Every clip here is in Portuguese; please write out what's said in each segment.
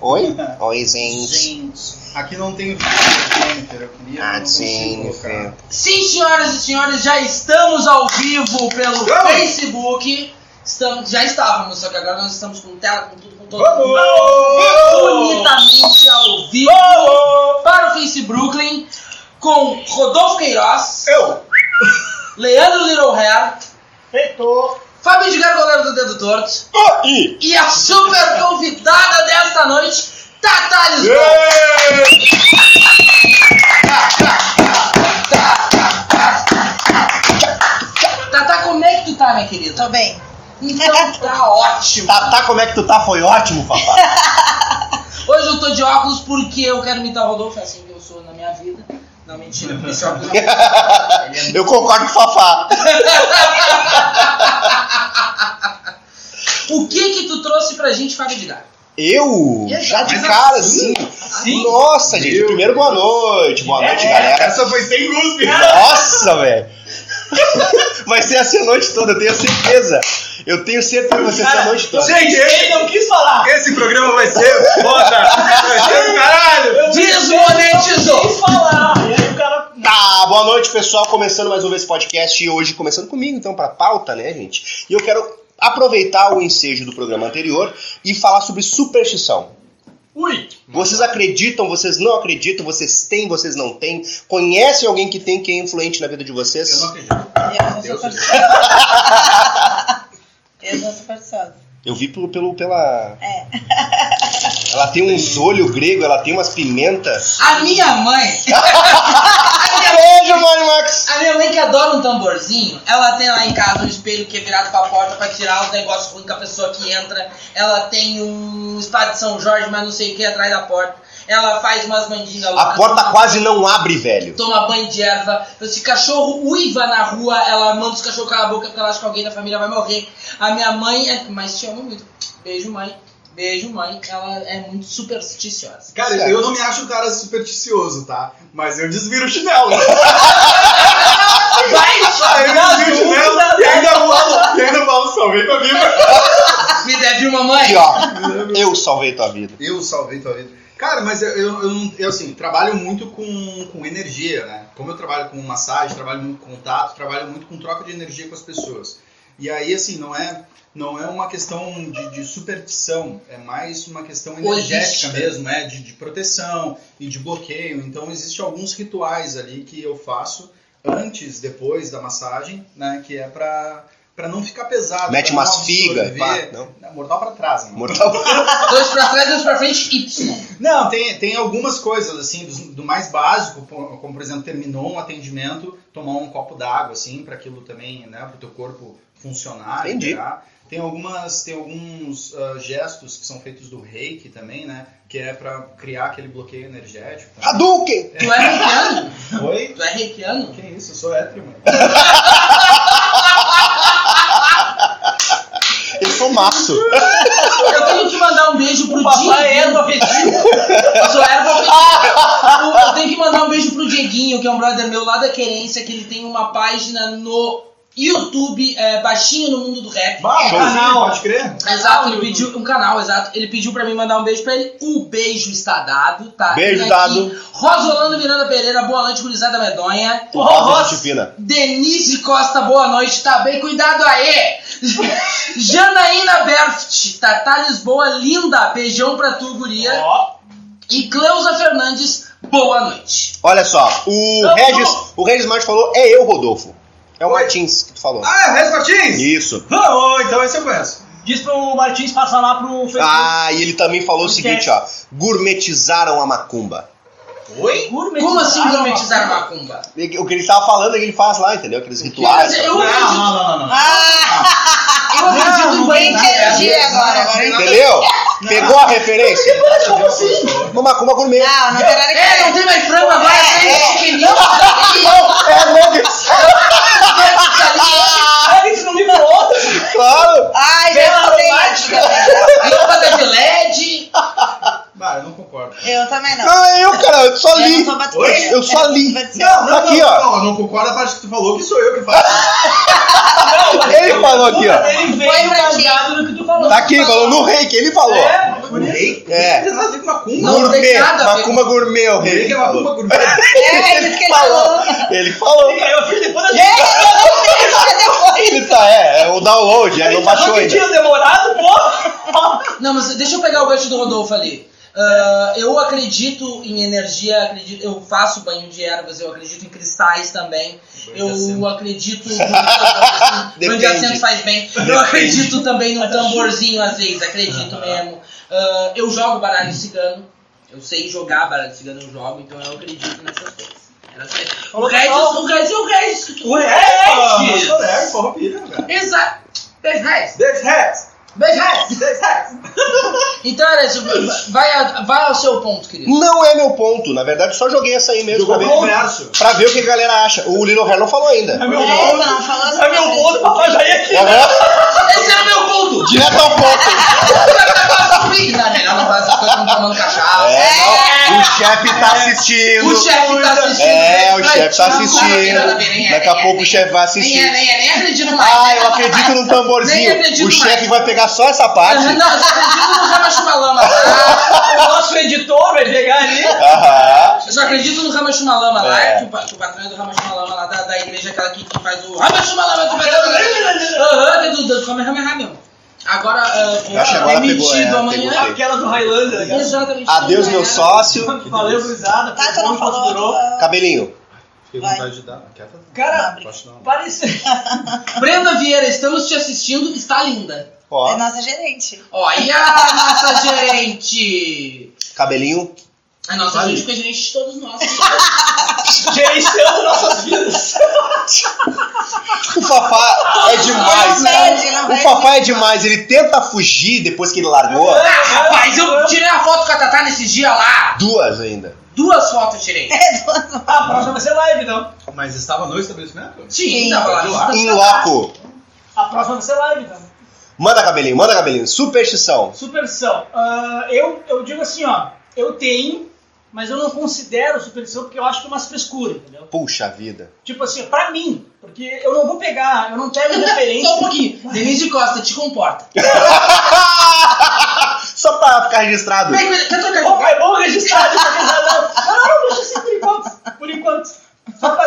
Oi? Oi, gente. Gente, aqui não tem o Jennifer, eu queria Ah, eu não consigo Jennifer. colocar. Sim, senhoras e senhores, já estamos ao vivo pelo Vamos! Facebook. Estamos, já estávamos, só que agora nós estamos com tela, com tudo, com todo Vamos! mundo. Bonitamente ao vivo para o Face Brooklyn com Rodolfo Queiroz, Eu! Leandro Little Hair, Feito! Fabinho de Garo, goleiro do Dedo Torto E... e a super convidada desta noite, Tata Lisboa. Tata, como é que tu tá, minha querida? Tô bem. Então tá ótimo. Tatá, como é que tu tá? Foi ótimo, papai. Hoje eu tô de óculos porque eu quero imitar o Rodolfo, é assim que eu sou na minha vida. Não, mentira, porque esse óculos é Eu concordo com o Fafá. O que que tu trouxe pra gente, Fábio de Gato? Eu? Já de Mas cara, assim? sim. Assim? Nossa, gente. Meu Primeiro, boa noite. Boa noite, galera. É, Essa foi sem cuspe! Nossa, velho. Vai ser assim a noite toda, eu tenho certeza. Eu tenho certeza que vai ser assim a noite toda. Gente, esse, não quis falar! esse programa vai ser foda! Vai ser do caralho! Desmonetizou! falar. E aí o cara. Tá, boa noite, pessoal. Começando mais um vez esse podcast e hoje começando comigo, então, pra pauta, né, gente? E eu quero aproveitar o ensejo do programa anterior e falar sobre superstição. Ui! Vocês acreditam, vocês não acreditam, vocês têm, vocês não têm. Conhecem alguém que tem, que é influente na vida de vocês? Eu não acredito. Eu não sou tá Deus supersticiosa. Eu não sou supersticiosa. Eu vi pelo, pelo- pela. É. Ela tem uns olhos grego, ela tem umas pimentas. A minha mãe, Beijo, mãe Max! a minha mãe que adora um tamborzinho, ela tem lá em casa um espelho que é virado pra porta pra tirar os negócios ruins com a pessoa que entra. Ela tem um espada de São Jorge, mas não sei o que atrás da porta. Ela faz umas mandingas A loucas. porta quase não abre, velho. toma banho de erva. Se cachorro uiva na rua, ela manda os cachorros calar a boca porque ela acha que alguém da família vai morrer. A minha mãe é. Mas te amo muito. Beijo, mãe. Beijo, mãe. Ela é muito supersticiosa. Cara, eu não me acho um cara supersticioso, tá? Mas eu desviro o chinelo. Vai, Ah, eu desviro o chinelo e ainda falo, e ainda falo, salvei tua vida. Me deve uma mãe. Aqui, ó. Eu salvei tua vida. Eu salvei tua vida. Cara, mas eu, eu, eu não- eu, assim, trabalho muito com, com energia, né? Como eu trabalho com massagem, trabalho muito com contato, trabalho muito com troca de energia com as pessoas. E aí, assim, não é, não é uma questão de, de superstição, é mais uma questão energética Holística. mesmo, é de, de proteção e de bloqueio. Então, existem alguns rituais ali que eu faço antes, depois da massagem, né? Que é pra, pra não ficar pesado. Mete pra não umas figas, pá. absorver. Não. Mortal pra trás, né? mano. Mortal Dois pra trás, dois pra frente. Y. Não, tem, tem algumas coisas, assim, dos- do, mais básico, po- como por exemplo, terminou um atendimento, tomar um copo d'água, assim, para aquilo também, né, para o teu corpo funcionar. Entendi. liberar. Tem algumas, tem alguns ah, gestos que são feitos do reiki também, né, que é para criar aquele bloqueio energético. tá? Hadouken! Tu é reikiano? Oi? Tu é reikiano? Que isso, eu sou hétero, mano. Eu sou maço. Eu tenho que mandar um beijo pro Papai é Dieguinho. erva afetiva. Eu sou erva afetiva. Eu- Eu tenho que mandar um beijo pro Dieguinho, que é um brother meu lá da Querência, que ele tem uma página no YouTube, é, Baixinho no Mundo do Rap. Bah, Show. canal, pode crer? Exato, ele pediu um canal, exato. Ele pediu pra mim mandar um beijo pra ele. O beijo está dado, tá? Beijo Ele dado. Rosolando Miranda Pereira, boa noite, gurizada medonha. Por causa Nossa. de Chupina. Denise Costa, boa noite, tá bem? Cuidado aí! Janaína Berft, Tatá Lisboa, linda, beijão pra tu, guria. Ó, E Cleusa Fernandes, boa noite. Olha só, o Tamo Regis, junto. o Regis Martins falou, é eu, Rodolfo. É o Oi. Martins que tu falou. Ah, é Rez Martins? Isso. Ah, oh, então esse eu conheço. diz pro Martins passar lá pro Facebook. Ah, e ele também falou o Esquece. seguinte, ó. Gourmetizaram a macumba. Oi? Gourmetizar Como Ah, assim uma- gourmetizar macumba? E que- O que ele tava falando é que ele faz lá, entendeu? Aqueles rituais. Ah, Mas eu- Não, não, não, não. não. Ah, Eu acredito em banho de erva. entendi Ah, agora. Agora eu não entendi. Entendeu? Pegou a referência? Como assim? Uma macumba gourmet. Não, não tem nada que É, não ver. tem mais frango agora, É, é. tem chiquinho. É nuggets. tá Ah, isso não me falou. Ah, Claro. Ai, já Bela sei. aromática. Lâmpada de LED. Bah, eu não concordo. Eu também não. Ah, eu, cara, eu só Eu li. não sou batuqueira. Eu só li. Não. Tá aqui, não, ó. Não, eu não concordo a parte que tu falou que sou eu que faço. Não, mas Ele falou aqui, ó. Ele Foi veio pra ti. baseado no que tu falou. Tá aqui, falou no reiki, ele falou. É, Por isso. Reiki? É. Não tem nada a ver com macumba. Não, não tem gourmet, nada a ver. macumba gourmet, o rei. Reiki é macumba gourmet. É, isso que ele falou. Ele falou. Ele caiu a ficha depois da É, eu não sei, depois. Ele tá, é, é o download, é, não baixou que ainda. tinha demorado, pô! Não, mas deixa eu pegar o gancho do Rodolfo ali. Ah, eu acredito em energia, acredito, eu faço banho de ervas, eu acredito em cristais também. Banho de assento. Eu acredito. banho de Depende. assento faz bem. Eu Depende. acredito também no tamborzinho às vezes, acredito mesmo. Ah, eu jogo baralho cigano. Eu sei jogar baralho cigano, eu jogo, então eu acredito nessas coisas. Era só isso. O Regis, o Regis, o Regis. que tu- O é, Ah, mas Rex! colega, porra, vida, velho. Exato. Beijo, Regis. Dez reais. Beijo, Regis. Dez reais. Então, Regis, vai, a- vai ao seu ponto, querido. Não é meu ponto, na verdade só joguei essa aí mesmo pra Jogou ver, né? bem verso. pra ver o que a galera acha. O Little Hair não falou ainda. É meu É, bolo! não, falou É meu bolo, papai já ia aqui! Aham. Esse é o meu ponto! Direto ao ponto. É Não, melhor não fazer coisa não tá tomando cachaça. É, não, o chefe tá assistindo. O chefe tá assistindo. É, o né? chefe tá Não, não, não, não, assistindo. nem é, Daqui a nem é, pouco o nem chefe vai é. assistir. Nem é, nem é, nem acredito mais. Ah, eu acredito num Nem tamborzinho. acredito O chefe mais. vai pegar só essa parte. Não, eu só acredito no Ramachuma tá? O nosso editor vai pegar ali! Aham. Eu só acredito no Ramashumalama É. lá, que o, pa- que o patrão é do Ramashumalama lá, da, da igreja aquela que, que faz o Ramashumalama que faz o. Aham, que é do, do Kamehameha mesmo. Agora, ah, Eu acho que agora pegou, demitido é, amanhã. pegou, Aquela do Highlander, né? Exatamente. Adeus, meu sócio. Valeu, gurizada. Tá, tu não falou. ah, Cabelinho. Fiquei com Vai. vontade de dar. Quieta. Cara, Não gosto não. parece. Brenda Vieira, estamos te assistindo, está linda. É Ó, nossa gerente. Olha a nossa gerente! cabelinho. A nossa Olha. gerente, porque a gerente de todos nós. Gerenciando nossas vidas. O Fafá é demais. Não pede, não O pede. Fafá é demais. Ele tenta fugir depois que ele largou. né? Ah, rapaz, eu tirei a foto com a Tatá nesses dias lá. Duas ainda. Duas fotos eu tirei. Ah, A próxima vai ser live, então. Mas estava no estabelecimento? Sim, Sim, tava lá. de lá. Em loco. A próxima vai ser live, então. Manda cabelinho, manda cabelinho. Superstição. Superstição. Ah, eu, eu digo assim, ó. Eu tenho, mas eu não considero superstição porque eu acho que é umas frescuras, entendeu? Puxa vida. Tipo assim, pra mim. Porque eu não vou pegar, eu não pego Só um referência. pouquinho. Denise de Costa, te comporta. Só pra ficar registrado. Vem, vem, quer trocar de Opa, é bom registrar. tipo, que não, não, não, não, deixa assim por enquanto. Por enquanto. Só pra.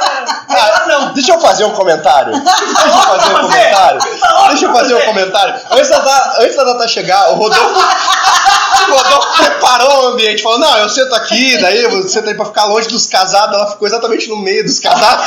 Ah, Deixa eu fazer um comentário. Deixa eu fazer um comentário. Deixa eu fazer um comentário. Antes da, da- antes da data chegar, o Rodolfo. O Rodolfo preparou o ambiente, falou: Não, eu sento aqui, daí eu sento aí pra ficar longe dos casados. Ela ficou exatamente no meio dos casados.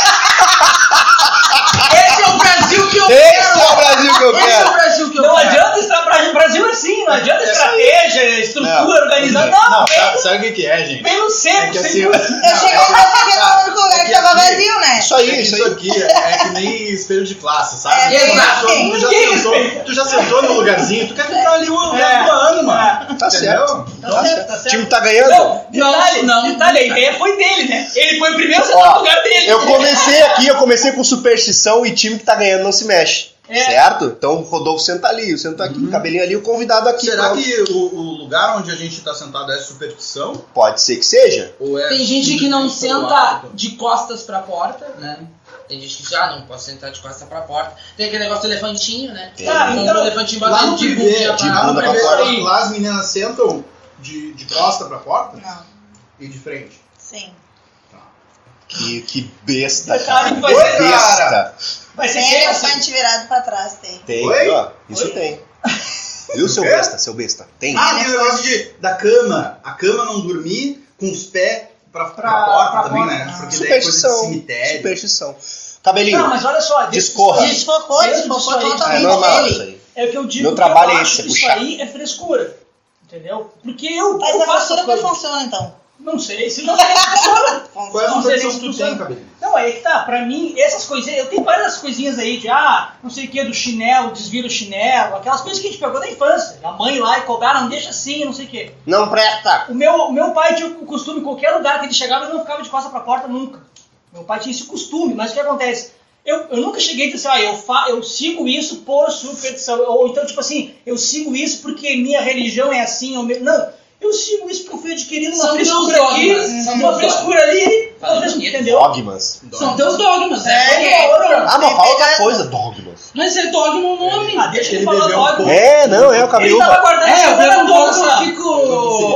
Esse é o Brasil que eu Esse é o quero. Brasil que eu Esse é o quero. Brasil que eu Não quero. adianta estratégia. O Brasil é assim, não adianta estratégia, estrutura, Não, tá, organizada. Não, sabe, vem, sabe o que que é, gente? vem no É seco, que sem assim. dúvida. Eu é cheguei Não, lá e Tá, no único lugar porque que tava aqui- vazio, né? Isso é que aí, isso aí. aqui é, é que nem espelho de classe, sabe? É, tu, ninguém- tu já ninguém sentou, respeita. tu já sentou no lugarzinho, tu quer ficar ali o É. resto do ano, mano. Tá Entendeu? certo. Tá certo, tá O time tá ganhando. Não, detalhe, Não, não. Ah, detalhe, a ideia foi dele, né? Ele foi o primeiro a Ó, sentar no lugar dele. Eu comecei aqui, eu comecei com superstição e time que tá ganhando não se mexe. É. Certo? Então o Rodolfo senta ali, eu sento aqui, o cabelinho ali, o convidado aqui. Uhum. Será Então, que o, o lugar onde a gente tá sentado é superstição? Pode ser que seja. Ou é Tem gente que não simplesmente pelo senta hábito? de costas pra porta, né? Tem gente que diz, ah, não posso sentar de costas pra porta. Tem aquele negócio do elefantinho, né? Tem. Tá, Quando então, o elefantinho Lá bota no de privê, bundinha pra- de lá no bunda pra privê, fora. lá- lá as meninas sentam de, de costa pra porta né, Não, e de frente. sim. Que, que besta, cara. Detalhe Que que vai ser, besta. Vai ser Tem quem assim? elefante virado pra trás, tem. Tem, Oi? ó. Isso tem. Viu, seu quê? besta? Seu besta. Tem. Ah, tem o negócio de, da cama. A cama não dormir com os pés pra, pra, Pra- porta pra também, porta. né? Porque daí é coisa de Superstição. cemitério. Superstição. Cabelinho. Não, mas olha só, Discorra. isso- Desfocou, Dentro disso desfocou aí, Ah, é totalmente normal isso ele. aí. É o que eu digo. Meu que eu trabalho é acho esse, é que puxar. Isso aí é frescura. Entendeu? Porque eu, Mas eu a faço costura que coisa- funciona, então. Não sei se não funciona. Qual é a Não sei superstição se que tu tem, funciona. cabelinho? Não, aí que tá. Pra mim, essas coisinhas. Eu tenho várias coisinhas aí de, ah, não sei o que, do chinelo, desvira o chinelo, aquelas coisas que a gente pegou da infância. A mãe lá e cobrar, não deixa assim, não sei o que. Não presta. O meu, o meu pai tinha o costume, em qualquer lugar que ele chegava, ele não ficava de costa pra porta nunca. Meu pai tinha esse costume, mas o que acontece? Eu, eu nunca cheguei e disse, ah, eu, fa eu sigo isso por superstição. Ou então, tipo assim, eu sigo isso porque minha religião é assim. Ou meu... Não, eu sigo isso porque eu fui adquirindo uma São frescura teus aqui, dogmas, são uma teus frescura ali, Fala uma frescura, bonito. entendeu? Dogmas. São teus dogmas, né? É, São teus dogmas. Ah, mas Tem fala outra pegado. coisa. Dogmas. Mas é você dog meu nome. Ah, deixa ele Ele falar bebeu um dog. pouco. É, não, é o Ele tava Cabiúba. guardando É, a eu bebo semana um toda pouco, esse sim. fico.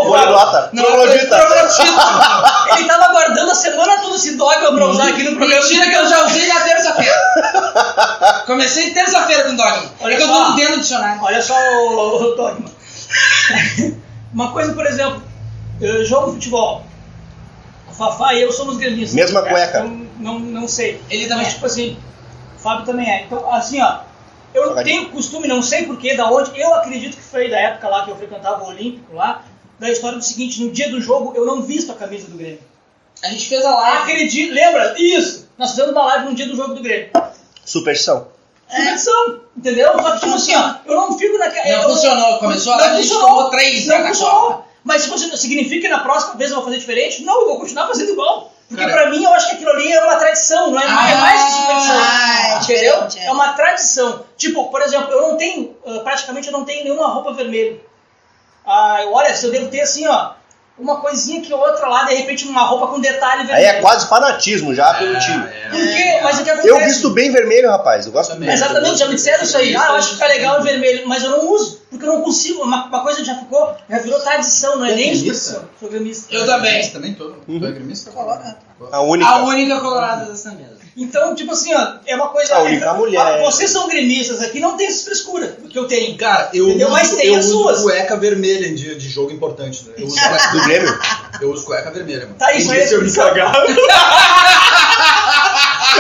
Bolota, Não, ele- troglodita. troglodita. Ele tava guardando a semana toda esse dog pra usar aqui no programa. Mentira que eu já usei na terça-feira. Comecei terça-feira com dog. Olha Olha que eu só. tô dentro do dicionário. Olha só o, o dogma. Uma coisa, por exemplo, eu jogo futebol. O Fafá e eu somos gremistas. Mesma cueca. Não, não, não sei. Ele também Mas, tipo assim, o Fábio também é. Então, assim, ó. Eu Olha aí. tenho costume, não sei porquê, da onde. Eu acredito que foi da época lá que eu frequentava o Olímpico lá. Da história do seguinte: no dia do jogo eu não visto a camisa do Grêmio. A gente fez a live. Acredito, lembra? Isso! Nós fizemos uma live no dia do jogo do Grêmio. Superstição. Subvenção, entendeu? Só que tipo assim, ó, eu não fico naquela. Não eu- funcionou, começou a Não live, a gente funcionou. tomou três Não na funcionou. Copa. Mas tipo assim, significa que na próxima vez eu vou fazer diferente? Não, eu vou continuar fazendo igual. Porque Cara, pra mim eu acho que aquilo ali é uma tradição, não é, Ah, é mais que superstição. ah, entendeu? entendi. É uma tradição. Tipo, por exemplo, eu não tenho, ah, praticamente eu não tenho nenhuma roupa vermelha. Ah, eu- olha, se eu devo ter assim, ó, uma coisinha que outra lá, de repente uma roupa com detalhe Aí vermelho. é quase fanatismo Ah, já Ah, pelo time. Porque, mas o que acontece? Eu visto bem vermelho, rapaz. Eu gosto é. Também. bem. Exatamente, já me disseram isso aí. Ah, eu acho que fica legal o vermelho, mas eu não uso, porque eu não consigo. Uma, uma coisa que já ficou, já virou tradição, não é Você é nem gremista? discussão. Sou gremista. Eu também. Gremista também tô. Uhum. Tu é gremista? tá né? Colorado. A única. A única colorada dessa mesa. Então, tipo assim, ó, é uma coisa. A única é- mulher. Ah, Vocês são gremistas aqui, não tem essa frescura que eu tenho. Cara, eu Entendeu? uso, Mas tem eu as uso suas. cueca vermelha em dia de jogo importante. né? Eu uso cueca, Do Grêmio? eu uso cueca vermelha, mano. Tá, isso Um aí dia é se eu me discussão. cagar.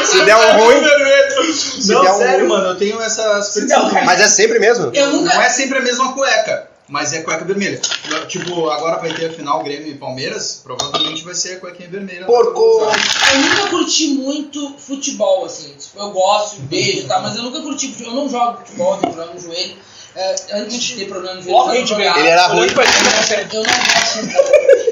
Se der um ruim. Não, der um sério, ruim. mano, eu tenho essa der um superstição. ruim. Mas é sempre mesmo? Eu nunca. Não é sempre a mesma cueca, mas é cueca vermelha. Tipo, agora vai ter a final Grêmio e Palmeiras, provavelmente vai ser a cuequinha vermelha. né? Porco! Eu nunca curti muito futebol, assim. Tipo, eu gosto, beijo e tal, mas eu nunca curti futebol. Eu não jogo futebol, eu tenho problema no joelho. É, antes de ter problema no joelho, Ó, eu não gente, jogava. Ele era ruim. Eu não gosto.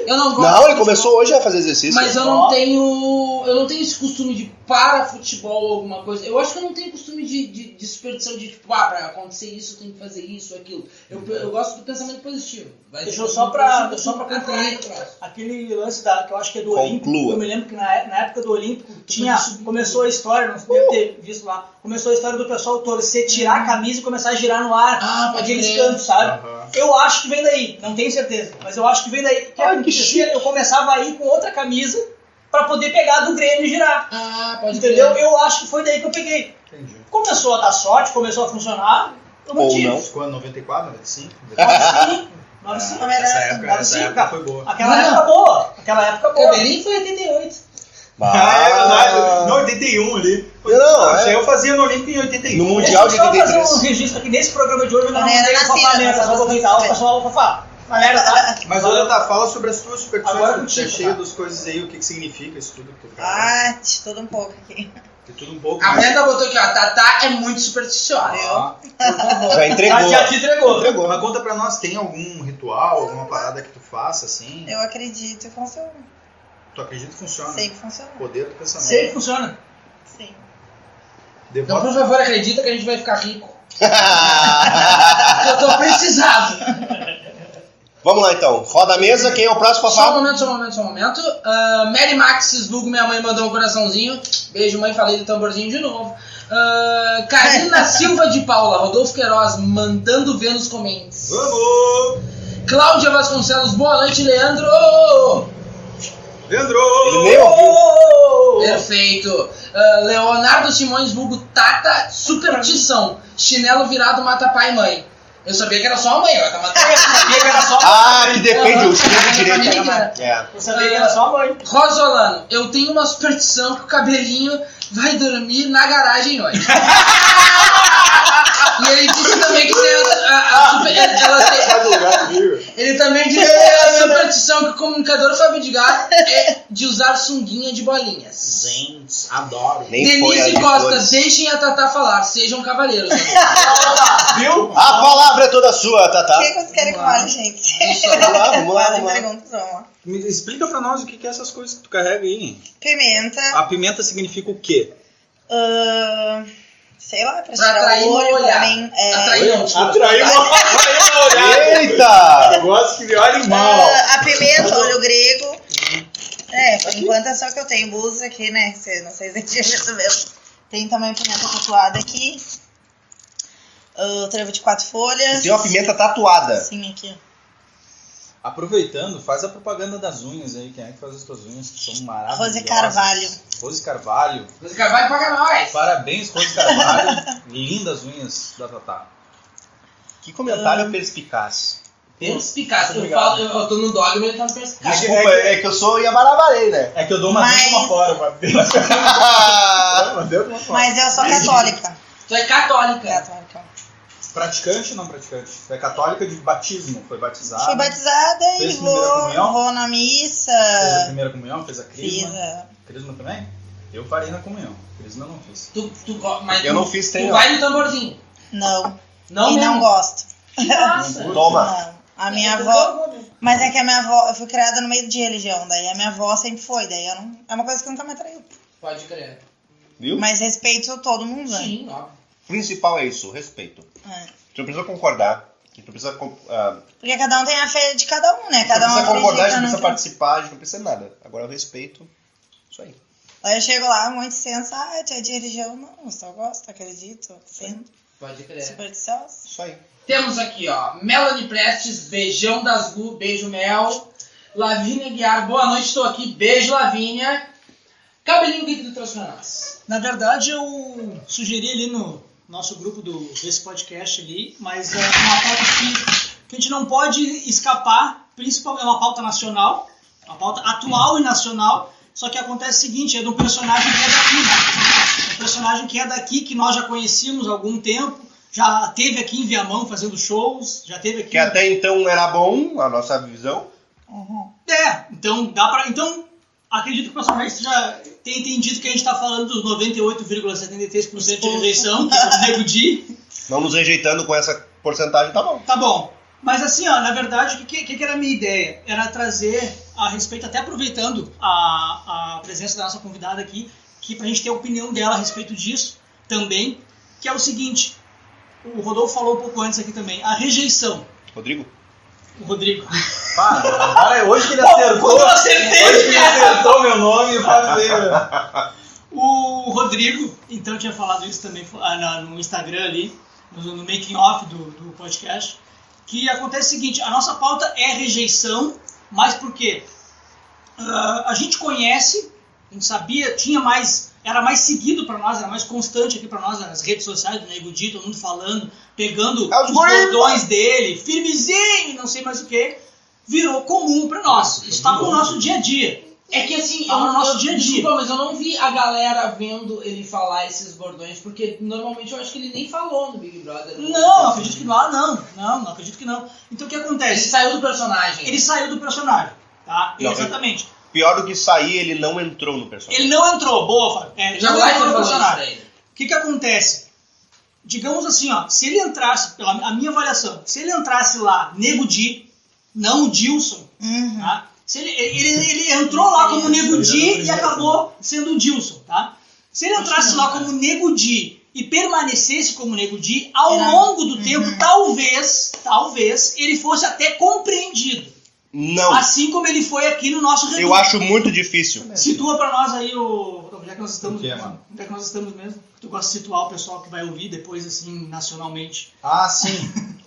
Eu não gosto. Não, ele de começou futebol, hoje a fazer exercício. Mas eu Ó. não tenho. Eu não tenho esse costume de para futebol ou alguma coisa. Eu acho que eu não tenho costume de, de, de superstição de tipo, ah, pra acontecer isso, eu tenho que fazer isso, aquilo. Eu, eu gosto do pensamento positivo. Vai- um Deixa eu só pra- só pra concluir. Aquele lance da, que eu acho que é do Conclua. Olímpico. Eu me lembro que na, na época do Olímpico tinha, começou a história, não deve ter visto lá, começou a história do pessoal torcer, tirar a camisa e começar a girar no ar. Ah, pode aqueles crer. cantos, sabe? Aham. Eu acho que vem daí, não tenho certeza, mas eu acho que vem daí. O que Ai, que acontecia, eu começava a ir com outra camisa pra poder pegar a do Grêmio e girar. Ah, pode entendeu? crer. Eu acho que foi daí que eu peguei. Entendi. Começou a dar sorte, começou a funcionar, eu Ou mantive. não. Isso Quando? 94, 95? Sim, Ah, nove cinco. essa época, essa Sim, época cara. foi boa. Aquela Não. época boa, aquela época boa. Cabelinho foi 88. Ah, é verdade. No Bah. 81 ali. Não, Isso aí é. eu fazia no Olímpico em 81. No Deixa Mundial eu de só fazer 83. um registro aqui nesse programa de hoje, eu não Não era sei o nascida, Fafá mesmo, mas só vou ela gritar, foi- pessoal, Fafá. Galera, tá? Mas olha, tá, fala sobre as tuas superstições. Agora Agora contigo, é cheio tá? das coisas aí, o que, que significa isso tudo. Que tu faz. Ah, de tudo um pouco aqui. De tudo um pouco. A mas- Brenda botou aqui, ó. Tatá é muito supersticiosa. Ah, Já entregou. Já te entregou. Entregou. Mas conta pra nós, tem algum ritual, alguma parada que tu faça, assim? Eu acredito, funciona. Tu acredita que funciona? Sei que funciona. Poder do pensamento. Sempre funciona. Sim. Então, Devoto. por favor, acredita que a gente vai ficar rico. Eu tô precisado. Vamos lá então. Roda a mesa, quem é o próximo a Só um falar? momento, só um momento, só um momento. Ah, Mary Max Lugo, minha mãe mandou um coraçãozinho. Beijo, mãe, falei do tamborzinho de novo. Ah, Karina Silva de Paula, Rodolfo Queiroz, mandando ver nos Então- comentários. Vamos! Cláudia Vasconcelos, boa noite, Leandro. Oh! Leandro! Ele nem ouviu. Perfeito. Ah, Leonardo Simões Vulgo Tata Superstição. Chinelo virado mata pai e mãe. Eu sabia que era só a mãe, ela tá matando. Eu sabia que era só Ah, que defende o time direito. Família. É. Eu sabia que era só a mãe. Rosolano, eu tenho uma superstição que o cabelinho vai dormir na garagem hoje. e ele disse também que tem a, a- a super- ela tem- Sai do lugar, viu? ele também disse que tem a superstição que o comunicador Fábio de Gá é de usar sunguinha de bolinhas. Gente, adoro. Nem foi Denise ali. Costa, foda-se. deixem a Tatá falar, sejam cavaleiros. Viu? A palavra é toda sua, O Tatá. que vocês querem com alho, gente? Vamos lá, vamos lá, Fazem vamos lá. perguntas, vamos lá. Me explica pra nós o que, que é essas coisas que tu carrega aí. Pimenta. A pimenta significa o quê? ahn, ah, sei lá, pra, tirar atrair o o olho olhar. também. É, Atrair não, desculpa. uma tá. Eita! É. gosto que me olhem ah, a pimenta, olho grego. É, por enquanto é só que eu tenho é blusa aqui, né? Cê- Não sei se vocês já perceberam. Tem também pimenta tatuada aqui. o trevo de quatro folhas. Tem uma pimenta tatuada. Sim, aqui. Aproveitando, faz a propaganda das unhas aí. Quem é que faz as tuas unhas? Que são maravilhosas. Rose Carvalho. Rose Carvalho. Você vai pagar nós. Parabéns, Rose Carvalho. Lindas unhas da Tatá. Que comentário perspicaz. Perspicaz. Eu, Obrigado. falo, eu, eu tô no dogma e ele tá no perspicaz. Desculpa, é que eu sou Iabarabarei, né? É que eu dou uma Mas- décima fora, pra ver. Mas deu uma fora. Mas eu sou católica. Tu é católica. católica. Praticante ou não praticante? Tu é católica de batismo, foi batizada. Fui batizada Tá. Fez e primeira vou, comunhão? vou na missa. Fez a primeira comunhão, fez a Fiz. ah, crisma. a- Crisma também? Eu parei na comunhão. Crisma eu não fiz. Tu, tu, go- mas Eu tu- não fiz, tem, Tu não. vai no tamborzinho. Não. Não e mesmo. não gosto. Que massa. Toma. Não. A minha avó. né? Mas é que a minha avó. Eu fui criada no meio de religião, daí a minha avó sempre foi, daí eu não. É uma coisa que nunca me atraiu. Pode crer. Viu? Mas respeito todo mundo, né? Sim, óbvio. O principal é isso, respeito. É. Tu não precisa concordar. Tu não precisa, com- ah, Porque cada um tem a fé de cada um, né? tu não Cada um precisa concordar, tu acredita não no precisa que- participar, tu não precisa nada. Agora o respeito, isso aí. Aí eu chego lá, um monte de senso, ah, tu é de religião, não, só gosto, acredito, sendo Pode crer. supersticiosa. Isso aí. Temos aqui, ó. Melanie Prestes, beijão das Gu, beijo Mel. Lavínia Guiar, boa noite, estou aqui. Beijo, Lavínia. Cabelinho, o que que tu trouxe pra nós? Na verdade, eu sugeri ali no nosso grupo do, desse podcast ali, mas é uma pauta que, que a gente não pode escapar, principalmente é uma pauta nacional, uma pauta atual e nacional, só que acontece o seguinte, é de um personagem que é daqui, um personagem que é daqui, que nós já conhecíamos há algum tempo, já teve aqui em Viamão fazendo shows, já teve aqui... Que até então era bom, a nossa visão. É, então dá pra. Então, acredito que o pessoal já tem entendido que a gente tá falando dos 98,73% de rejeição, que é o Nego Di. Não nos rejeitando com essa porcentagem, tá bom. Tá bom. Mas assim, ó, na verdade, o que, que, que era a minha ideia? Era trazer a respeito, até aproveitando a, a presença da nossa convidada aqui, que pra gente ter a opinião dela a respeito disso também, que é o seguinte, o Rodolfo falou um pouco antes aqui também, a rejeição. Rodrigo? O Rodrigo. Para, para, É hoje que ele acertou. Quando Hoje eu que acertei, ele cara! acertou meu nome, fazer. O Rodrigo, então, tinha falado isso também ah, na- no Instagram ali, no, no making off do, do podcast, que acontece o seguinte, a nossa pauta é rejeição, mas por quê? Ah, a gente conhece, a gente sabia, tinha mais, era mais seguido pra nós, era mais constante aqui pra nós nas redes sociais do Nego Di, todo mundo falando, pegando É os os guri, bordões dele, firmezinho, não sei mais o que, virou comum pra nós. Isso tava no nosso dia a dia. É que assim, Tá no eu- nosso eu- dia a dia. Desculpa, mas eu não vi a galera vendo ele falar esses bordões, porque normalmente eu acho que ele nem falou no Big Brother. Não, não acredito que não. Ah, não. Não, não acredito que não. Então o que Ele acontece? saiu do personagem. Ele saiu do personagem, tá? Não, Exatamente. Pior do que sair, ele não entrou no personagem. Ele não entrou, boa, Fábio. É, ele Já não vai entrou ter no falado isso né? personagem. pra ele. O que que acontece? Digamos assim, ó, se ele entrasse, pela a minha avaliação, se ele entrasse lá, Nego Di, não o Dilson, Uhum. tá? Se ele, ele- ele entrou lá como Nego Di e acabou sendo o Dilson, tá? Se ele entrasse lá como Nego Di e permanecesse como Nego Di, ao Era- longo do tempo, talvez, talvez, ele fosse até compreendido. Não. Assim como ele foi aqui no nosso Eu acho muito difícil. Situa pra nós aí o. Onde é que nós estamos? O que é, mano? Onde é que nós estamos mesmo? Tu gosta de situar o pessoal que vai ouvir depois, assim, nacionalmente. Ah, sim.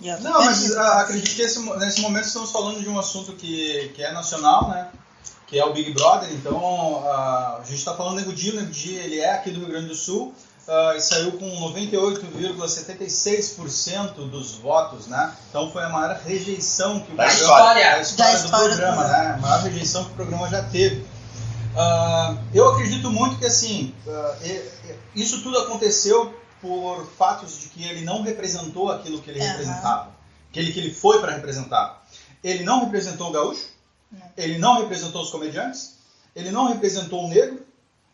E eu- Não, mas ah, acredito que esse mo- nesse momento estamos falando de um assunto que, que é nacional, né? Que é o Big Brother. Então, ah, a gente está falando do Nego Di. O Nego Di, ele é aqui do Rio Grande do Sul ah, e saiu com 98,76% dos votos, né? Então, foi a maior rejeição que o Da programa- história. da história Da do história do programa, né? A maior rejeição que o programa já teve. Ah, eu acredito muito que, assim, ah, e- e- isso tudo aconteceu por fatos de que ele não representou aquilo que ele Aham. representava, aquele que ele foi para representar. Ele não representou o gaúcho, Não. ele não representou os comediantes, ele não representou o negro,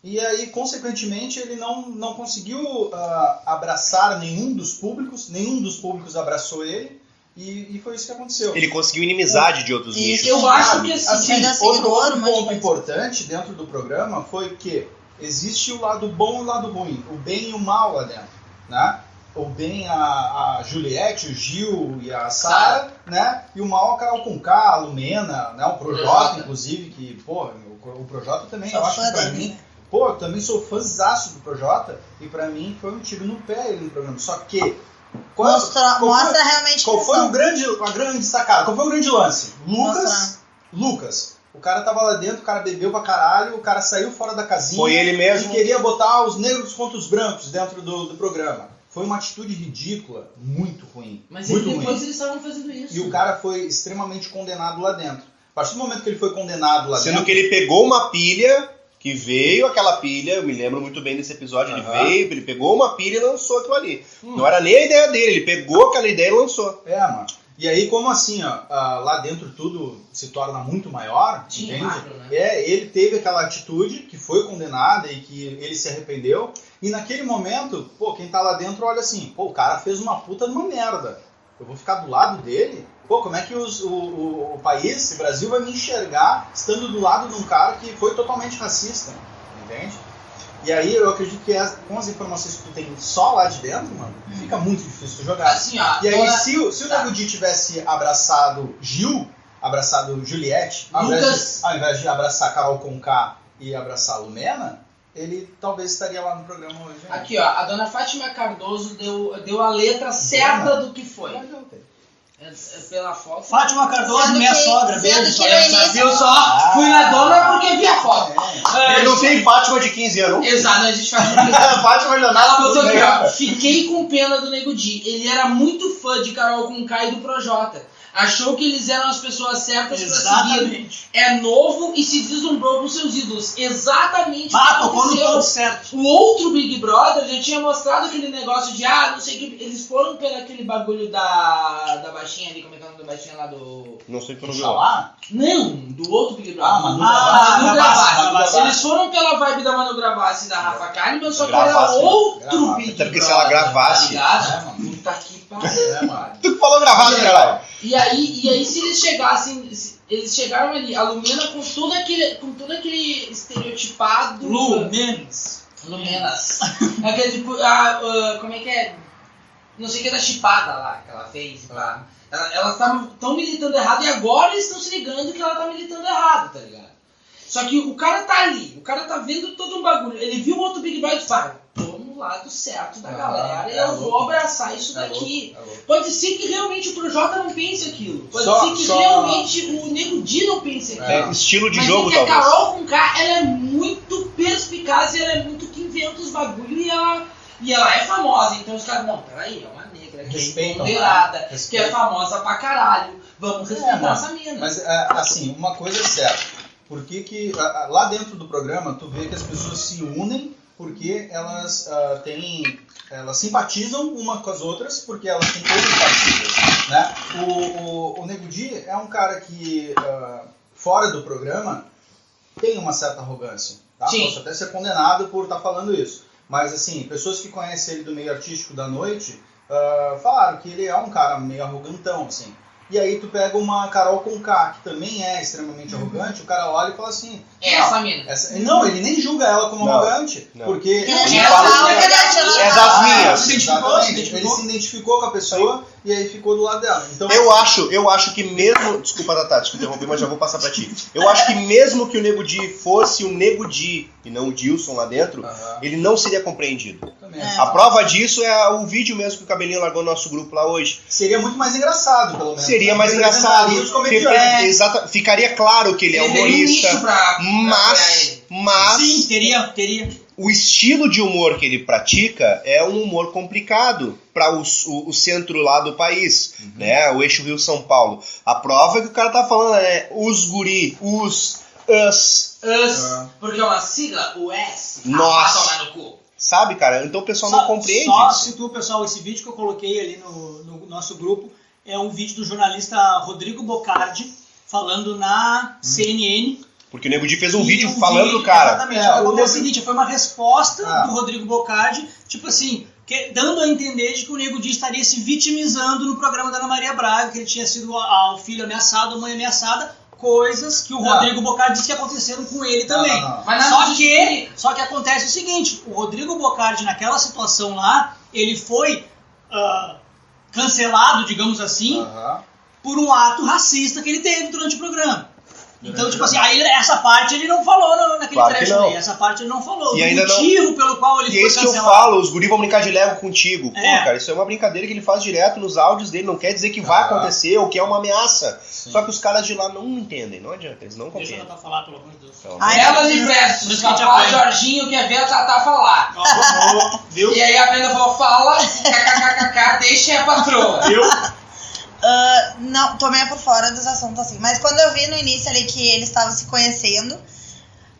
e aí, consequentemente, ele não, não conseguiu ah, abraçar nenhum dos públicos, nenhum dos públicos abraçou ele, e, e foi isso que aconteceu. Ele conseguiu inimizade de outros Isso. nichos. Eu acho que assim. Assim, Ainda assim, outro, outro um monte de ponto coisa. importante dentro do programa foi que existe o lado bom e o lado ruim, o bem e o mal lá dentro, né? O bem a, a Juliette, o Gil e a Sara, né? E o mal a Carol Conká, a Lumena, né? O Projota, Projota. inclusive, que, pô, o, o Projota também, Sou eu acho fã que pra dele, mim, né? Pô, eu também sou fãzaço do Projota e pra mim foi um tiro no pé ele no programa. Só que Qual- Mostra, qual foi- mostra realmente Qual quem foi são. o grande, a grande sacada? Qual foi o grande lance? Lucas, Mostrar. Lucas. O cara tava lá dentro, o cara bebeu pra caralho, o cara saiu fora da casinha. Foi ele e mesmo. queria botar os negros contra os brancos dentro do, do programa. Foi uma atitude ridícula, muito ruim. Mas muito ele, ruim. depois eles estavam fazendo isso. E o cara foi extremamente condenado lá dentro. A partir do momento que ele foi condenado lá Sendo dentro. que ele pegou uma pilha, que veio aquela pilha, eu me lembro muito bem desse episódio, Aham. ele veio, ele pegou uma pilha e lançou aquilo ali. Não era nem a ideia dele, ele pegou aquela ideia e lançou. É, mano. E aí, como assim, ó, ah, lá dentro tudo se torna muito maior, Sim, entende? claro, né? É, ele teve aquela atitude que foi condenada e que ele se arrependeu. E naquele momento, pô, quem tá lá dentro olha assim, pô, o cara fez uma puta de uma merda. Eu vou ficar do lado dele? Pô, como é que os- o, o- o país, o Brasil, vai me enxergar estando do lado de um cara que foi totalmente racista? Entende? E aí eu acredito que as- com as informações que tu tem só lá de dentro, mano, fica muito difícil tu jogar. Assim, ó. E aí, toda- se, o- tá. se o Nego Di tivesse abraçado Gil, abraçado Juliette, ao invés, Lucas. de, ao invés de abraçar Carol Conká e abraçar Lumena, ele talvez estaria lá no programa hoje. né? Aqui, ó. A dona Fátima Cardoso deu, deu a letra certa do que foi. Mas não tem. É- é pela foto. Fátima Cardoso, Sendo minha que- sogra, sendo beijo, que sogra, no início- viu só? Ah. Fui na dona porque vi a foto. Ah, Ele não tem Fátima de 15 anos. Exato, a gente faz isso. Fátima Ela botou tudo aqui, bem. ó. Fiquei com pena do Nego Di. Ele era muito fã de Carol Conká e do Projota. Achou que eles eram as pessoas certas pra seguir. Exatamente. É novo e se deslumbrou com seus ídolos. Exatamente Ah, o que tocou no aconteceu. ponto certo. O outro Big Brother já tinha mostrado aquele negócio de, ah, não sei o que. Eles foram pelo aquele bagulho da, da baixinha ali, como é que é o nome da baixinha lá do. Não sei tu não viu. Xalá? Não, do outro Big Brother. Ah, Manu Gavassi. Manu Ah, Gavassi. Manu Gavassi. Eles foram pela vibe da Manu Gravassi e da Rafa Kalimann, só que era Gravassi, né? outro Gravata. Big Até Brother. porque se ela gravasse- Tá ligado? É, mano. Puta que É, pariu. mano. Tu que falou gravado, caralho. E aí, e aí se eles chegassem, se- eles chegaram ali, a Lumena com todo aquele, com todo aquele estereotipado. Lu Menes. Lumenas. Aquele tipo, a, ah, como é que é? Não sei o que da chipada lá que ela fez. Lá. Ela- Elas estavam tão militando errado e agora eles estão se ligando que ela tá militando errado, tá ligado? Só que o cara tá ali, o cara tá vendo todo um bagulho. Ele viu o outro Big Brother e fala, tô no lado certo da Ah, galera e é eu vou louco. abraçar isso daqui. É louco. Pode ser que realmente o Projota não pense aquilo. Pode Só- ser que só- realmente o Nego Di não pense aquilo. É. É, Estilo de Mas jogo, é que a talvez. Carol com K, ela é muito perspicaz e ela é muito que inventa os bagulho e ela, e ela é famosa. Então os caras, não, peraí, é uma negra que é tá? Respeitam, empoderada, cara. que é Respeitam. famosa pra caralho. Vamos É, respeitar mano. essa mina. Mas, é, assim, uma coisa é certa. Por que que, ah, ah, lá dentro do programa, tu vê que as pessoas se unem porque elas ah, têm... Elas simpatizam uma com as outras porque elas têm coisas parecidas, né? O, o, o Nego Di é um cara que, ah, fora do programa, tem uma certa arrogância, tá? Sim. Posso até ser condenado por estar falando isso. Mas, assim, pessoas que conhecem ele do meio artístico da noite ah, falaram que ele é um cara meio arrogantão, assim. E aí tu pega uma Carol Conká, que também é extremamente arrogante, o cara olha e fala assim... é "Não, essa mina. essa- Não, ele nem julga ela como Não, arrogante, não. porque... ele Porque ela Ele tinha fala falado que que ela tinha é lançado. das minhas. se Se identificou, identificou, exatamente, se identificou. Ele se identificou com a pessoa e aí ficou do lado dela. Então, Eu acho, eu acho que mesmo. Desculpa, Tatá, desculpa interromper, mas já vou passar pra ti. Eu acho que mesmo que o Nego Di fosse o Nego Di e não o Dilson lá dentro, Aham, ele não seria compreendido. também. É. A prova disso é o vídeo mesmo que o Cabelinho largou no nosso grupo lá hoje. Seria muito mais engraçado, pelo menos. Seria mais tá Representaria engraçado. os porque- comediantes. exata- ficaria claro que ele é Ele veio um nicho humorista, pra, mas, Sim, mas teria, teria. o estilo de humor que ele pratica é um humor complicado para o, o centro lá do país, né? O eixo Rio São Paulo. A prova é que o cara tá falando é os guri, os us, Us, Ah. porque é uma sigla, o S. ah, Nossa. vai tomar no cu. sabe, cara? Então o pessoal não compreende. Só isso. se tu, pessoal, esse vídeo que eu coloquei ali no, no nosso grupo é um vídeo do jornalista Rodrigo Bocardi falando na CNN. Porque o Nego Di fez um E vídeo falando do cara. Exatamente. É, Ela o falou o Rodrigo- seguinte, foi uma resposta Ah. do Rodrigo Bocardi, tipo assim, que- dando a entender de que o Nego Di estaria se vitimizando no programa da Ana Maria Braga, que ele tinha sido a- o filho ameaçado, a mãe ameaçada, coisas que o Ah. Rodrigo Bocardi disse que aconteceram com ele Não, não, também. não. Mas nada Só disso que, que- só que acontece o seguinte, o Rodrigo Bocardi naquela situação lá, ele foi ah, cancelado, digamos assim, Aham. por um ato racista que ele teve durante o programa. Então, tipo assim, aí ele- essa parte ele não falou no- naquele Claro que trash não. day. Essa parte ele não falou. E do ainda não- motivo pelo qual ele E é foi isso que eu cancelado. falo, os guris vão brincar de Lego contigo. Pô, tá É. cara, isso é uma brincadeira que ele faz direto nos áudios dele, não quer dizer que vai Ah. acontecer ou que é uma ameaça. Só que os caras de lá não entendem, não adianta, eles não Deixa eu compreendem. tentar falar, pelo amor de Deus. Então, Ai, Elas Deus. e versos. Isso que eu te Papai apanho. Jorginho quer ver a Tatá falar. Ó, Viu? E aí a Brenda falou, fala, kkkk, deixa a patroa. Viu? Ah, não, tô meio por fora dos assuntos assim. Mas quando eu vi no início ali que eles estavam se conhecendo,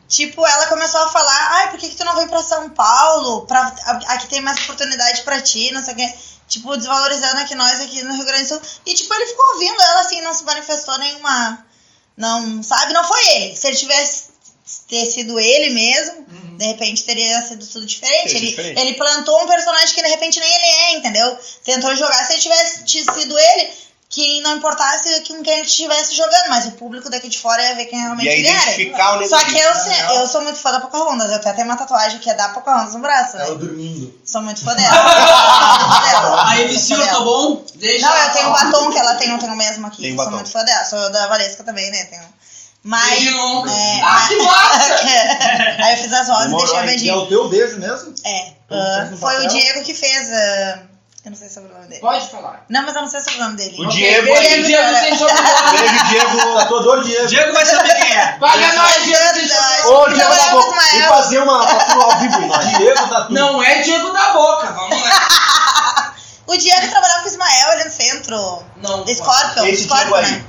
tipo, ela começou a falar: ai, por que, que tu não vem pra São Paulo? Pra, a- aqui tem mais oportunidade pra ti, não sei o quê. Tipo, desvalorizando aqui nós aqui no Rio Grande do Sul. E, tipo, ele ficou ouvindo ela assim, não se manifestou nenhuma. Não, sabe? Não foi ele. Se ele tivesse ter sido ele mesmo, de repente teria sido tudo diferente. Uhum. Seria ele, diferente. ele plantou um personagem que de repente nem ele é, entendeu? Tentou jogar. Se ele tivesse t- sido ele, que não importasse com quem ele estivesse jogando, mas o público daqui de fora ia ver quem realmente E aí ele era. identificar o Só negócio. que eu, se- eu sou muito fã da Pocahontas, eu até tenho uma tatuagem que é da Pocahontas no braço, né? Ela dormindo. Sou muito fã dela. Sou muito fã dela. A Sou MC, fã eu dela. tô bom? Deixa Não, ela eu tenho o falar. batom que ela tem, eu tenho o mesmo aqui. Tem um sou batom. muito fã dela, sou da Valesca também, né? Tenho... Mas. Beijo, não. É, Ah, que massa! aí eu fiz as rosas e Demorou, deixei o hein? beijinho. É o teu beijo mesmo? É. Então, ah, fez no foi papel? o Diego que fez. ah, eu não sei sobre o nome dele. Pode falar. Não, mas eu não sei sobre o nome dele. O Diego Beijo, aí. Diego, cara. sem jogo. Beijo, Diego. Tatuador Diego. Diego vai saber quem é. Paga nós, Diego, sem jogo. Diego. Ô, Diego da Trabalhava boca. com Ismael. E fazer uma tatu ao vivo em nós. Diego tá Tatu. Não é Diego da boca, vamos lá. O Diego trabalhava com o Ismael ali no centro. Não, Scorpion, Esse Diego Scorpion, aí. né?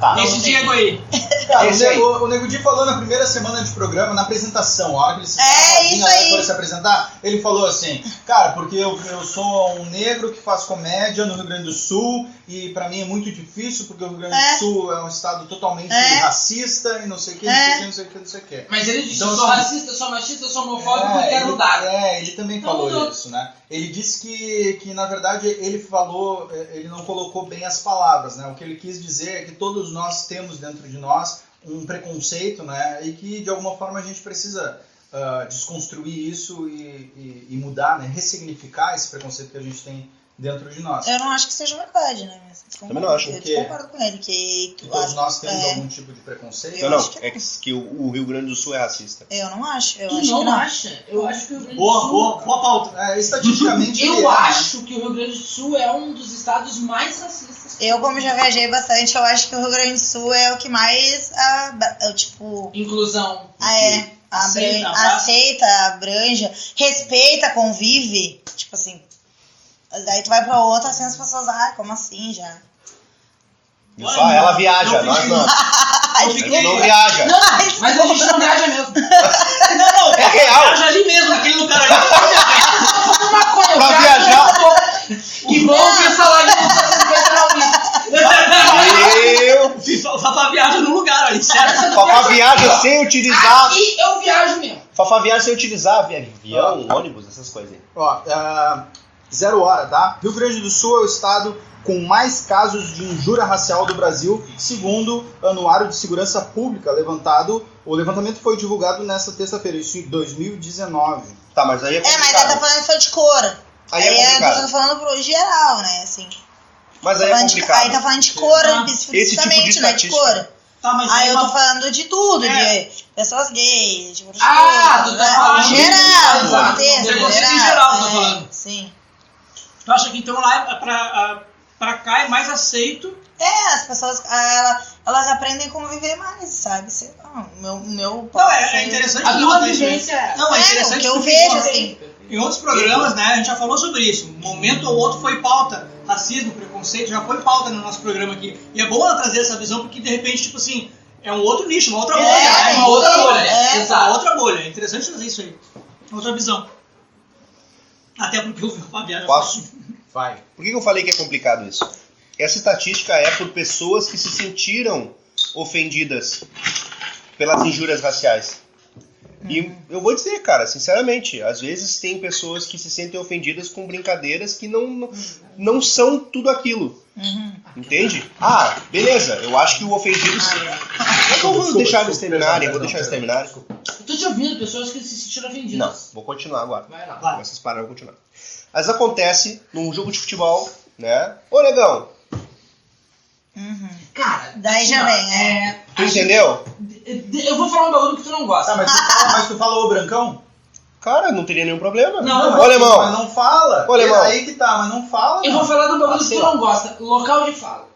Tá. Esse Diego aí. Cara, Então, É o Esse aí. Nego- o Nego Di falou na primeira semana de programa, na apresentação, a hora que ele se É, tava isso sozinho, a hora que aí. foi se apresentar, ele falou assim, cara, porque eu, eu sou um negro que faz comédia no Rio Grande do Sul e pra mim é muito difícil porque o Rio Grande É. do Sul é um estado totalmente É. racista e não sei o que, não sei o que, não sei o que, não sei o que. Mas ele disse, Então, eu sou assim, racista, eu sou machista, eu sou homofóbico e quero Ah, ele, mudar. é, ele também Então falou mudou. isso, né? Ele disse que, que, na verdade, ele falou, eh, ele não colocou bem as palavras, né? O que ele quis dizer é que todos nós temos dentro de nós um preconceito, né? E que, de alguma forma, a gente precisa ah, desconstruir isso e, e- e mudar, né? Ressignificar esse preconceito que a gente tem dentro de nós. Eu não acho que seja verdade, né? Mas eu Também não acho. Então, Eu O quê? concordo com ele, que Que tu todos acha- nós temos é. algum tipo de preconceito. Não, Eu não. acho que- É que, que o, o Rio Grande do Sul é racista. Eu não acho. Eu Tu acho que não não. acha? Eu acho que o Rio Grande do Boa, Sul... boa, boa pauta. É, estatisticamente... ele é, Eu né? acho que o Rio Grande do Sul é um dos estados mais racistas. Eu, como já viajei bastante, eu acho que o Rio Grande do Sul é o que mais, ah, ba- eu, tipo, Inclusão. ah, é, abran- Aceita, abraça. aceita, abranja, respeita, convive. Tipo assim, daí tu vai pra outra, assim, as pessoas, ah, como assim já? Olha, Só ela viaja, não nós fiquei- não. não A fiquei- gente não viaja. Mas a gente não viaja mesmo. Não, não, É real. Viaja ali mesmo, naquele lugar ali. Uma coisa, Pra cara, viajar. Que bom que essa live não vai entrar ao vivo. Meu! O Fafá viaja no lugar é ali, certo? Fafá viaja sem utilizar. Aqui eu viajo mesmo. Fafá viaja sem utilizar avi- avião, ônibus, essas coisas aí. Ó, ah, zero hora, tá? Rio Grande do Sul é o estado com mais casos de injúria racial do Brasil, segundo Anuário de Segurança Pública levantado. O levantamento foi divulgado nesta terça-feira, isso em 2019. Tá, mas aí é É, mas ela tá complicado. falando só de cor. Aí é eu tô complicado. falando pro geral, né, assim. Mas Tá aí é falando de- aí tá complicado. falando de cor, Ah, esse tipo de especificamente, né, de estatística. cor. Tá, mas Aí eu uma- tô falando de tudo, É. de pessoas gays, de Ah, tu tá né, falando em de- geral, Exato. contexto, é, Preconceito em geral, tu tá falando. Sim. Tu acha que então lá é pra, ah, pra cá é mais aceito? É, as pessoas, ah, ela- elas aprendem como viver mais, sabe? Sei lá, o meu, o meu Não, é, pode é ser- interessante A tu tua levantar isso, né? vivência é. Não, é, É, interessante o que eu porque vejo, em- assim. Em outros programas, né, a gente já falou sobre isso. Um momento ou outro foi pauta. Racismo, preconceito, já foi pauta no nosso programa aqui. E é bom ela trazer essa visão porque, de repente, tipo assim, é um outro nicho, uma outra É, bolha. né? é Uma outra outra bolha. bolha, é. Exato, uma outra bolha. É interessante trazer isso aí. Outra visão. Até porque o Fabiano... Posso? Vai. Por que que eu falei que é complicado isso? Essa estatística é por pessoas que se sentiram ofendidas pelas injúrias raciais. E eu vou dizer, cara, sinceramente, às vezes tem pessoas que se sentem ofendidas com brincadeiras que não, não são tudo aquilo. Uhum. Entende? Ah, beleza, eu acho que o ofendido. assim. Eu vou Ah, Desculpa, deixar eles desculpa, terminarem, perdão, vou deixar eles perdão, terminarem. Eu tô te ouvindo, pessoas que se sentiram Não, ofendidas. vou continuar agora. Vai lá. Vai. Vocês pararam vou continuar. Mas acontece num jogo de futebol, né? Ô, negão, Uhum. Cara, Daí já vem, é. Tu entendeu? Eu vou falar um bagulho que tu não gosta. Tá, mas tu fala, mas tu fala ô brancão? Cara, não teria nenhum problema. Não, Ô, alemão, Mas não fala. Ô, alemão. É aí que tá, mas não fala. Eu não. vou falar do bagulho que tu não gosta. Local de fala.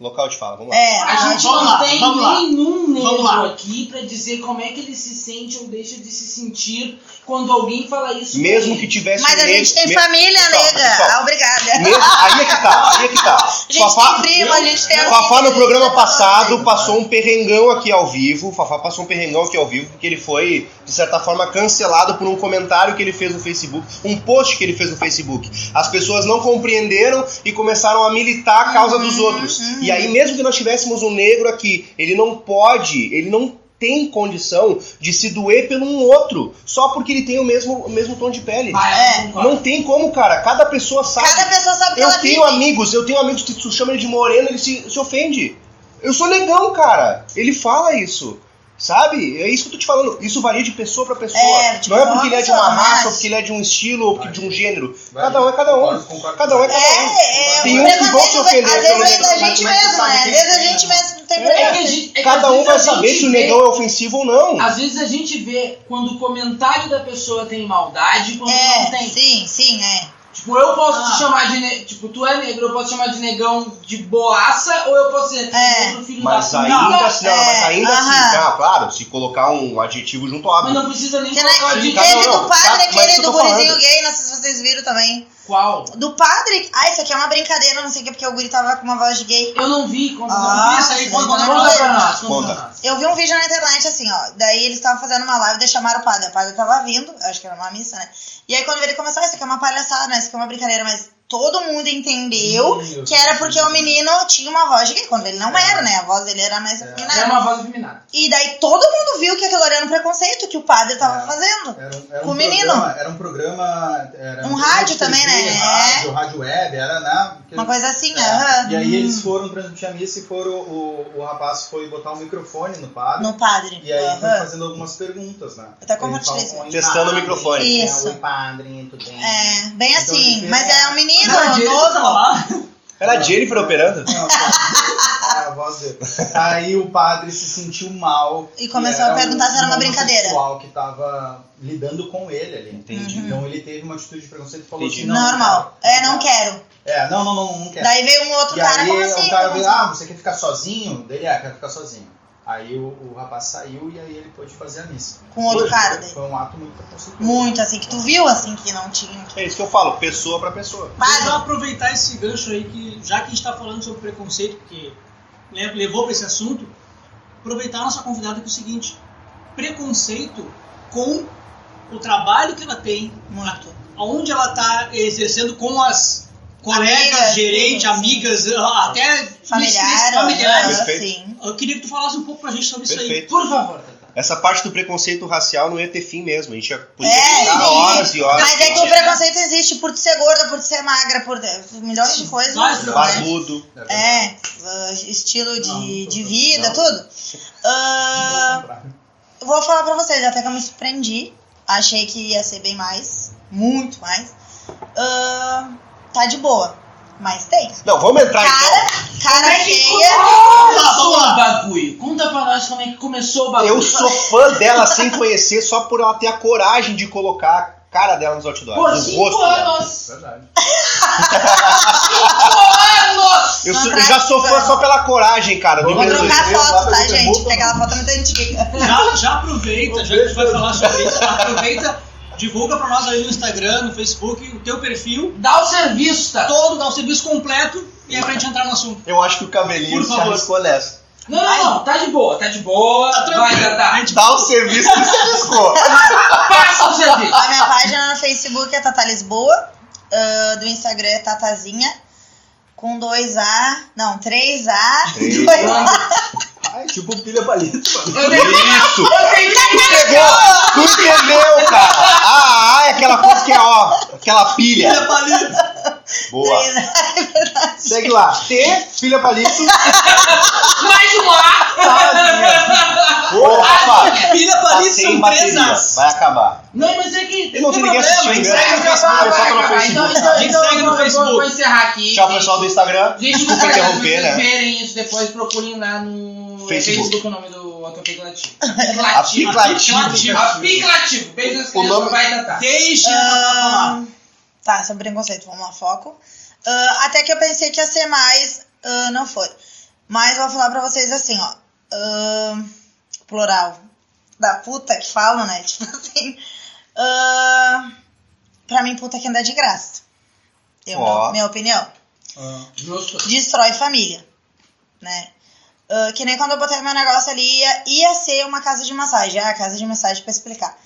local de fala, vamos lá. É, A ah, gente vamos não lá, tem vamos lá. nenhum Vamos negro lá. aqui pra dizer como é que ele se sente ou deixa de se sentir quando alguém fala isso. Mesmo pra que ele. tivesse É, Mas a negro- gente tem me- família, Pessoal, nega. pessoal, Ah, obrigada. mesmo- Aí é que tá, aí é que tá. A gente Fafá- tem prima, a gente tem Fafá no amigo, programa tá passado falando. passou um perrengão aqui ao vivo. O Fafá passou um perrengão aqui ao vivo porque ele foi, de certa forma, cancelado por um comentário que ele fez no Facebook, um post que ele fez no Facebook. As pessoas não compreenderam e começaram a militar a causa dos outros. E aí, mesmo que nós tivéssemos um negro aqui, ele não pode, ele não tem condição de se doer pelo um outro só porque ele tem o mesmo, o mesmo tom de pele. Ah, É. eu concordo. Não tem como, cara. Cada pessoa sabe. Cada pessoa sabe o que Eu ela tenho vive. amigos, eu tenho amigos que tu chama ele de moreno, ele se, se ofende. Eu sou negão, cara. Ele fala isso. Sabe? É isso que eu tô te falando. Isso varia de pessoa pra pessoa. É, de não é pessoa porque ele é de pra uma pessoa, raça, mas- ou porque ele é de um estilo, ou porque de Varia. um gênero. Varia. Cada um é cada um. Concordo, concordo. Cada um é cada um. É, é. Tem o uns que problema vão é se ofender Às vezes pelo é da negro, gente mas- mas mesmo, sabe né? Às quem vezes a tem, gente né? mesmo não tem É que a problema. gente- é que às Cada um vezes vai a saber gente se o vê- negão é ofensivo ou não. Às vezes a gente vê quando o comentário da pessoa tem maldade e quando não É, tem. sim, sim, é. Tipo, eu posso Ah. te chamar de. Ne... Tipo, tu é negro, eu posso te chamar de negão de boaça, ou eu posso dizer, tu É. é negro, filho Mas da ainda, puta. assim, não, mas é, ainda assim, aham. ah, claro, se colocar um adjetivo junto, Mas óbvio. não precisa nem Que colocar nem- de é Cada um Teve não, do padre cada- mas aquele eu tô do gurizinho falando. gay, não sei se vocês viram também. qual. Do padre. Ah, isso aqui é uma brincadeira, não sei o que, porque o guri tava com uma voz de gay. Eu não vi, conta, Ah, não vi isso aí, conta, não, conta não. pra nós, conta, Conta. pra nós. Eu vi um vídeo na internet assim, ó. Daí eles estavam fazendo uma live, daí chamaram o padre. O padre tava vindo, eu acho que era uma missa, né? E aí quando ele começou, ah, isso aqui é uma palhaçada, né? Isso aqui é uma brincadeira, mas todo mundo entendeu Meu É que era Deus. porque é um o menino tinha uma voz de gay, quando ele não É. era, né? A voz dele era mais afeminada. É uma voz afeminada. E daí todo mundo viu que aquilo era um preconceito que o padre tava É. fazendo. Era um, era Com um o menino. programa- Era um programa. Era Um rádio também, né? Rádio, rádio web, era, né? Uma coisa assim, É. aham. E aí hum. eles foram transmitir a missa e foram, o, o rapaz foi botar o microfone no padre. No Tá padre. E aí aham. foi fazendo algumas perguntas, né? Eu até Ele compartilhei falou, "Oi, Testando o padre, microfone. né? Isso. Oi, padre, tudo bem? É, bem Então, assim. ele- Mas é um menino. Não, de- novo. Era a é Jennifer operando? Não, tá. é a voz dele. Aí o padre se sentiu mal. E começou a era um perguntar se era uma brincadeira. Uhum. O pessoal que tava lidando com ele ali. Entendi. Então ele teve uma atitude de preconceito e falou Entendi. assim: não. Normal. cara, É, não quero. É, não, não, não, não quero. Daí veio um outro e cara, aí como assim? o cara Como veio, assim? ah, você quer ficar sozinho? Dele, ah, quero ficar sozinho. Aí o, o rapaz saiu e aí ele pôde fazer a missa. Com Foi- outro cara daí. Foi um ato muito preconceituoso. Muito assim, que tu viu assim que não tinha. É isso que eu falo, pessoa pra pessoa. Mas Padre. vou aproveitar esse gancho aí, que já que a gente está falando sobre preconceito, porque né, levou para esse assunto, aproveitar a nossa convidada com o seguinte: preconceito com o trabalho que ela tem, Muito. aonde ela está exercendo com as colegas, Amigas, gerentes, sim, sim. amigas, até Familiar. familiares. aham, Perfeito. sim. Eu queria que tu falasse um pouco pra gente sobre isso aí. Perfeito. Por favor, Tata. Essa parte do preconceito racial não ia ter fim mesmo. A gente ia podia É, ficar sim. horas e horas. Mas é que e o né? preconceito existe por ser gorda, por ser magra, por milhões de coisas. Vários né? problemas. Barbudo. É verdade. É, ah, estilo de, Não, não tô de vendo. vida, Não. tudo. Vou Ah, comprar. vou falar pra vocês, até que eu me surpreendi. Achei que ia ser bem mais, muito mais. Ah, tá de boa, mas tem. Não, vamos entrar então. Cara feia. Começou o bagulho. Conta pra nós como é que começou o bagulho. Eu sou fã dela sem conhecer, só por ela ter a coragem de colocar a cara dela nos Por outdoors. O cinco rosto dela. anos. Verdade. Anos! Eu, sou- Não eu já sou presta, fã só pela coragem, cara. do Vou Vou Brasil. trocar Eu lá foto, pra tá, ver gente? roupa. Porque aquela foto é muito antiga. Já, já aproveita, já que a gente vai falar sobre isso, aproveita, divulga pra nós aí no Instagram, no Facebook, o teu perfil. Dá o serviço, tá? todo, dá o serviço completo e é pra gente entrar no assunto. Eu acho que o cabelinho Por se favor. arriscou nessa. Não, não, não, tá de boa, tá de boa. Tá tranquilo. vai, Tatá. Dá o serviço que se arriscou. Passa o serviço. A minha página no Facebook é Tata Lisboa, ah, do Instagram é Tatazinha, com dois A, não, três A, Três dois A. Ai, tipo pilha palito, mano. Eu tenho Isso! eu tenho que Pegou! Tu entendeu, cara? Ah, ah, é aquela coisa que é, ó, aquela pilha. palito. Boa. Três A. Segue lá. T, filha palito. mais um lá! Ô, Rafa, Filha tá Paris sem são bateria. presas. Vai acabar. Não, mas é que. E não tem ninguém assistindo, problema, a gente né? segue Tem pessoal- que vai pessoal no acabar. Facebook. Então, então, A gente então, segue no eu vou- Facebook. Vou encerrar aqui. Tchau, pessoal do Instagram. Gente, Desculpa se interromper, vocês né? verem isso depois, procurem lá no Facebook. o nome do Atropelo Latino. Aplicativo. Aplicativo. Beijo nas O nome- crianças, vai tentar. Deixa Ah, eu Tá, sobre preconceito, vamos lá, foco. Ah, até que eu pensei que ia ser mais, ah, não foi. Mas vou falar pra vocês assim, ó. ah, plural. Da puta que fala, né? Tipo assim. ah, pra mim, puta que anda de graça. Eu, Ó. Minha opinião. Justo. Destrói família. Né? Ah, que nem quando eu botei meu negócio ali, ia, ia ser uma casa de massagem. Ah, casa de massagem pra explicar.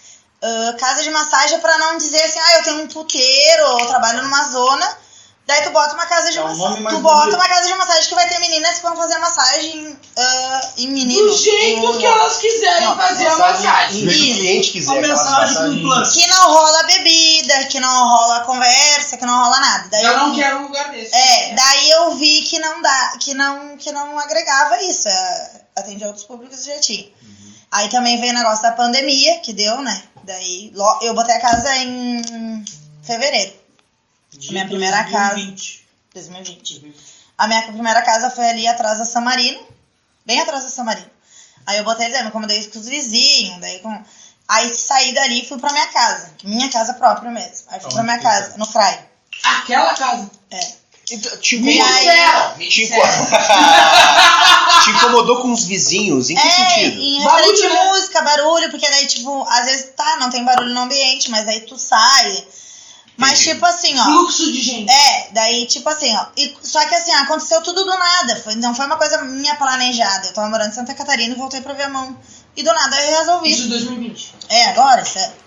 Ah, casa de massagem é pra não dizer assim, ah, eu tenho um puteiro, ou eu trabalho numa zona. Daí tu bota uma casa de É um nome massagem. mais Tu bota bonito. uma casa de massagem que vai ter meninas que vão fazer massagem ah, em meninos. Do jeito Ou- que elas quiserem Não, fazer a massagem. Se o cliente uma quiser. mensagem aquela com um plus. Que não rola bebida, que não rola conversa, que não rola nada. Daí Já eu- não quero um lugar desse. É, daí eu vi que não dá, que não, que não agregava isso. é, Atendia outros públicos e já tinha. Aí também veio o negócio da pandemia, que deu, né? Daí lo- eu botei a casa em fevereiro, Minha primeira casa. 2020. 2020. A minha primeira casa foi ali atrás da San Marino, bem atrás da San Marino. Aí eu botei ele, me acomodei com os vizinhos, daí com. Aí saí dali e fui pra minha casa, minha casa própria mesmo. Aí fui pra minha casa, no é. Frai. Aquela casa. Então, Te Me Tipo, incomodou, disseram. Me te, disseram. inco- te incomodou com os vizinhos? Em que É, sentido? em Barulho, referente né? à música, barulho, porque daí, tipo, às vezes tá, não tem barulho no ambiente, mas aí tu sai. Mas, Entendi. tipo assim, ó. Fluxo de gente. É, daí, tipo assim, ó. e- só que assim, aconteceu tudo do nada. Foi, não foi uma coisa minha planejada. Eu tava morando em Santa Catarina e voltei pra Viamão. E do nada eu resolvi. Isso em 2020. É, agora, sério.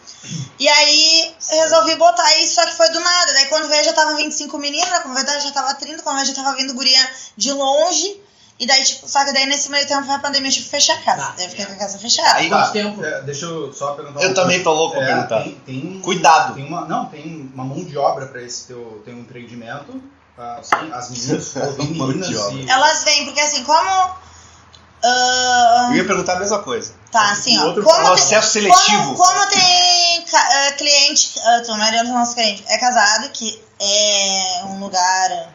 E aí, eu resolvi botar isso, só que foi do nada. Daí, quando veio, já tava 25 meninas, quando veio, já tava 30, quando veio, já tava vindo guria de longe. E daí, tipo, só que daí, nesse meio tempo, foi a pandemia, eu tive que fechar a casa. Ah, daí, eu fiquei é. com a casa fechada. Aí, Quanto tempo? É, deixa eu só perguntar Eu uma também tô louco pra É. coisa. É, perguntar. Tem, tem- Cuidado. Tem uma, não, tem uma mão de obra pra esse teu, teu empreendimento. tá? Assim, as meninas, ou bem Mão de meninas obra. e- Elas vêm, porque assim, como... ah, Eu ia perguntar a mesma coisa. É um tá, assim, ó. Outro Como tem, Processo seletivo. como, como tem ca- ah, cliente, uh, a maioria dos nossos clientes é casado, que é um lugar ah,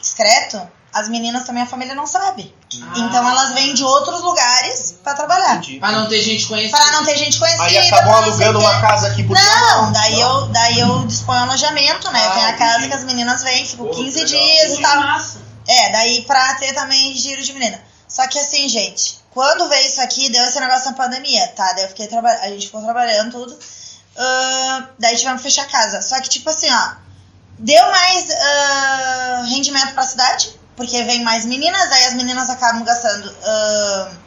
discreto, as meninas também, a família não sabe. Ah. Então elas vêm de outros lugares pra trabalhar. Entendi. Pra não ter gente conhecida. Pra não ter gente conhecida. Aí acabou pra não sei alugando o quê. uma casa aqui por Não, daí eu, daí eu disponho alojamento, né? Eu Ah, tenho a casa entendi. que as meninas vêm, fico Pô, 15 que legal. dias e tal. Massa. É, daí pra ter também giro de menina. Só que assim, gente, quando veio isso aqui, deu esse negócio da pandemia, tá? Daí eu fiquei trabalhando, a gente ficou trabalhando tudo. Ahn, daí tivemos que fechar a casa. Só que, tipo assim, ó, deu mais ahn, rendimento pra cidade, porque vem mais meninas, aí as meninas acabam gastando ahn,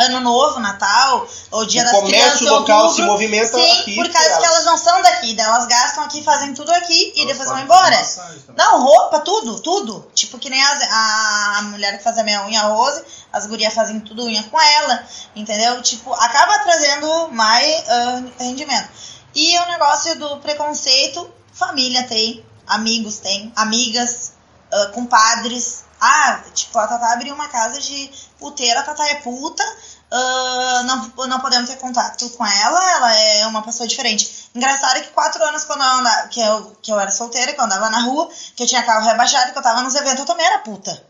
ano novo, Natal, ou dia o das crianças. comércio local outubro. se movimenta Sim, aqui. por causa ela. que elas não são daqui, daí elas gastam aqui, fazem tudo aqui e elas depois vão podem embora. fazer massagem também. Não, roupa, tudo, tudo. Tipo, que nem as- a, a mulher que faz a minha unha, a Rose, as gurias fazem tudo unha com ela, entendeu? Tipo, acaba trazendo mais ah, rendimento. E o negócio do preconceito, família tem, amigos tem, amigas, ah, compadres. Ah, tipo, a Tatá abriu uma casa de puteira, a Tatá é puta, ah, não, não podemos ter contato com ela, ela é uma pessoa diferente. Engraçado é que quatro anos quando eu andava, que eu, que eu era solteira, que eu andava na rua, que eu tinha carro rebaixado, que eu tava nos eventos, eu também era puta.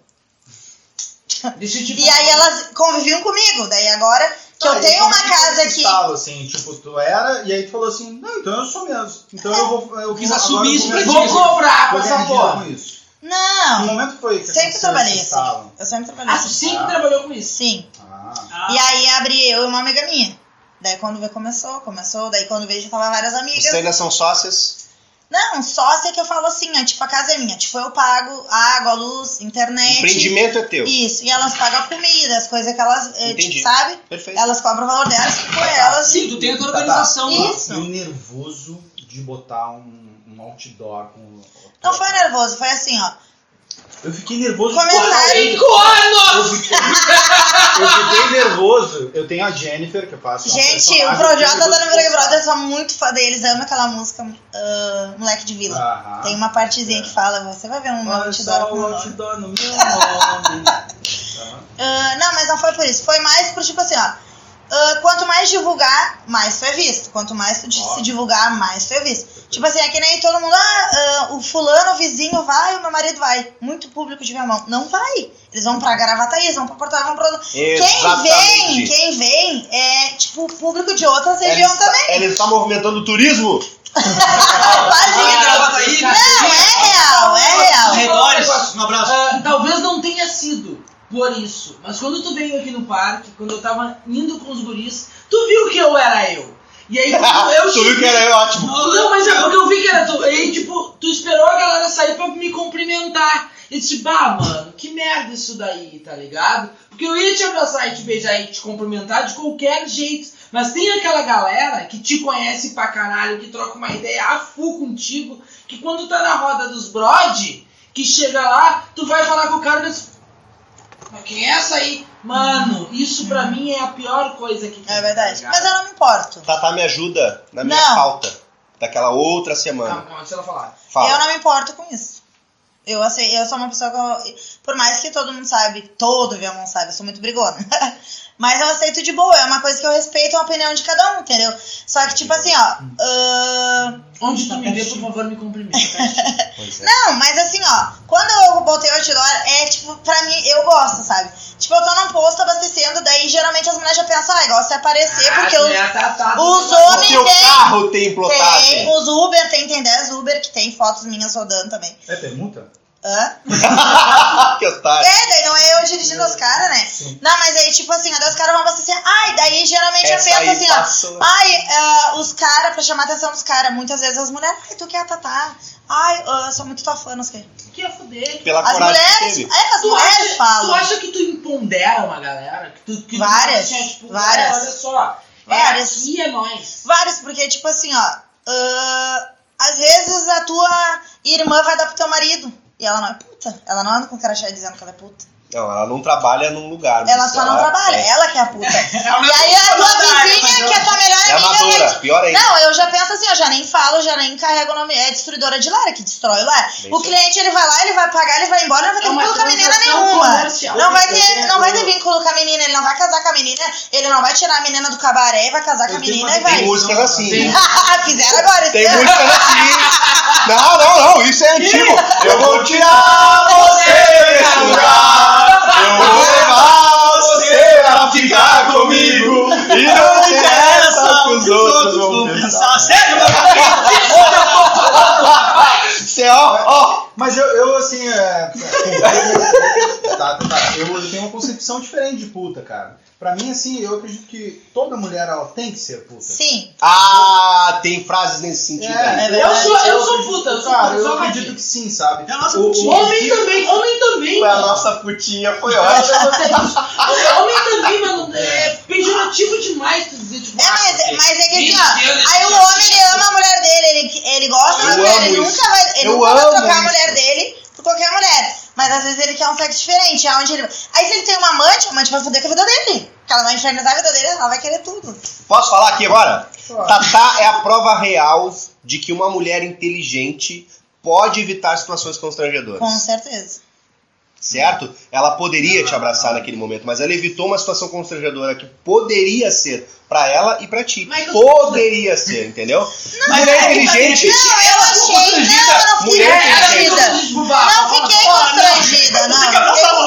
Deixa eu te E aí elas conviviam comigo, daí agora que Tá, eu e tenho como uma é que casa foi esse aqui. estalo, assim, tipo, tu era, e aí tu falou assim, não, então eu sou mesmo. Então eu vou. Eu Quis vou- assumir agora eu isso vou pra ganhar Vou ti. né? dinheiro. cobrar pra Vou essa ganhar porra. dinheiro com isso. Que Não, momento foi que sempre aconteceu trabalhei esse assim. estalo? Eu sempre trabalhei Ah, tu assim. sempre trabalhou com isso. Sim. Ah, Ah, E aí abri eu e uma amiga minha. Daí quando veio começou, começou, daí quando veio já tava várias amigas. Vocês ainda são sócias? Não, sócia que eu falo assim, ó, tipo, a casa é minha, tipo, eu pago a água, a luz, internet. Empreendimento é teu. Isso, e elas pagam a comida, as coisas que elas, eh, Entendi. tipo, sabe? Perfeito. Elas cobram o valor delas, que foi elas. Sim, tu tem outra Tá, tá. organização. Isso. mano. e o nervoso de botar um, um outdoor com. Não foi nervoso, foi assim, ó. Eu fiquei nervoso. Comentário. Eu, Cinco anos! fiquei, eu fiquei nervoso. Eu tenho a Jennifer que eu faço. uma Gente, o personagem que Projota eu da vou no Big postar. Brother, eu sou muito fã deles, amo aquela música ah, Moleque de Vila. Aham. Tem uma partezinha É. que fala, você vai ver um Olha outdoor só com o o nome. outdoor no meu nome. Tá. Ah, não, mas não foi por isso. Foi mais por tipo assim, ó. ah, quanto mais divulgar, mais tu é visto. Quanto mais tu di- se divulgar, mais tu é visto. Tipo assim, é que nem todo mundo, ah, ah, o fulano, o vizinho vai, o meu marido vai. Muito público de minha mão. Não vai. Eles vão pra Gravataí, eles vão pra Porto Alegre, vão pra... Quem vem, quem vem é, tipo, o público de outras Ela regiões está- também. Ela está tá- movimentando o turismo? Imagina. tá Não, é real, é real. Redores, Um abraço. Ah, talvez não tenha sido por isso, mas quando tu veio aqui no parque, quando eu tava indo com os guris, tu viu que eu era eu. E aí, quando eu tu viu que era eu ótimo. Não, mas é porque eu vi que era tu. Aí, tipo, tu esperou a galera sair pra me cumprimentar. E disse, bah, mano, que merda isso daí, tá ligado? Porque eu ia te abraçar e te beijar e te cumprimentar de qualquer jeito. Mas tem aquela galera que te conhece pra caralho, que troca uma ideia a full contigo, que quando tá na roda dos brode, que chega lá, tu vai falar com o cara e diz, mas quem é essa aí? Mano, isso pra mim é a pior coisa que tem. É verdade. tá Mas ligado? eu não me importo. Tatá me ajuda na minha Não. falta daquela outra semana. é- Calma, calma, Tá deixa ela falar. Fala. Eu não me importo com isso. Eu, assim, eu sou uma pessoa que. Eu, por mais que todo mundo sabe, todo Viamão sabe, eu sou muito brigona. Mas eu aceito de boa, é uma coisa que eu respeito a opinião de cada um, entendeu? Só que, tipo assim, ó. ahn, Onde tu me vê, por favor, me cumprimenta. tá, Pois é. Não, mas assim, ó, quando eu botei o outdoor, é tipo, pra mim, eu gosto, sabe? Tipo, eu tô num posto abastecendo, daí geralmente as mulheres já pensam, ah, gosta de aparecer, porque Ah, eu, já tá- tá- os tá- O homens teu têm. carro tem Tem plotagem. os Uber, tem, tem 10 Uber que tem fotos minhas rodando também. É pergunta? Hã? que otário. É, daí não é eu dirigindo os caras, né? Não, mas aí, tipo assim, ó, daí os caras vão abastecer. Ai, daí geralmente Essa eu aí penso assim, passou. ó. Ai, ah, os caras, pra chamar a atenção dos caras, muitas vezes as mulheres, ai, tu quer a Tatá? Ai, ah, eu sou muito tua fã, não sei o quê. Que ia fuder. Pela As coragem que mulheres, teve. é, as Tu mulheres acha, tu falam. acha que tu impondera uma galera? Que tu, que tu Várias, acha, tipo, várias. "É, Olha só. Várias. É, aqui é nós. Vários, porque, tipo assim, ó. ah, às vezes a tua irmã vai dar pro teu marido. E ela não é puta. Ela não anda com o crachá dizendo que ela é puta. Não, ela não trabalha num lugar. mas Ela só não trabalha. Ela que é a puta. e aí a tua vizinha, que é tua melhor É amiga, que é amadora, pior ainda. Não, eu já penso assim, eu já nem falo, já nem carrego o nome. É destruidora de lar, é que destrói o lar. Bem o certo. cliente, ele vai lá, ele vai pagar, ele vai embora, não vai ter É uma vínculo com a menina transação nenhuma. comercial. Não vai, Entendeu? ter, não vai ter vínculo com a menina, ele não vai casar com a menina, ele não vai tirar a menina do cabaré, vai casar com a Eu tenho menina uma- Tem e vai. Ah, músicas assim. Tem- Fizeram agora esse Tem ano. músicas assim. Não, não, não. Isso é antigo. Eu vou tirar você desse lugar. Eu vou levar você pra ficar comigo. E não É, tá interessa o que os outros vão pensar. Sério? Você, ó, ó. Mas eu, eu assim, é, é, tá, tá, tá. eu tenho uma concepção diferente de puta, cara. Pra mim, assim, eu acredito que toda mulher ela tem que ser puta. Tipo, Sim. Ah, tem frases nesse sentido aí. é verdade. Eu sou- eu sou puta, eu sou cara, puta, eu só acredito vadia. que sim, sabe? É a nossa O- o- putinha. Homem também, homem também. É, Foi a mano. nossa putinha, foi ótimo. Homem também, mano. É pejorativo demais tu dizer, tipo... É, ah, mas, porque- mas é que assim, Meu Deus, ó. Aí o esse- homem ele ama a mulher dele, ele, ele gosta da Eu mulher, amo ele isso. nunca vai, ele Eu nunca vai amo trocar a mulher isso. dele por qualquer mulher. Mas às vezes ele quer um sexo diferente, é onde ele. Aí se ele tem uma amante, a amante vai foder com a vida dele. Porque ela vai infernizar a vida dele, ela vai querer tudo. Posso falar aqui agora? Tatá é a prova real de que uma mulher inteligente pode evitar situações constrangedoras. Com certeza. certo? Ela poderia te abraçar naquele momento, mas ela evitou uma situação constrangedora que poderia ser pra ela e pra ti. Mas eu- poderia ser, entendeu? Mas é inteligente. Não, eu achei. Não, eu não fiquei Mulher Cara, eu inteligente. constrangida. tô desbubado. Não fiquei constrangida, não. Você acabou Não de fiquei falar uma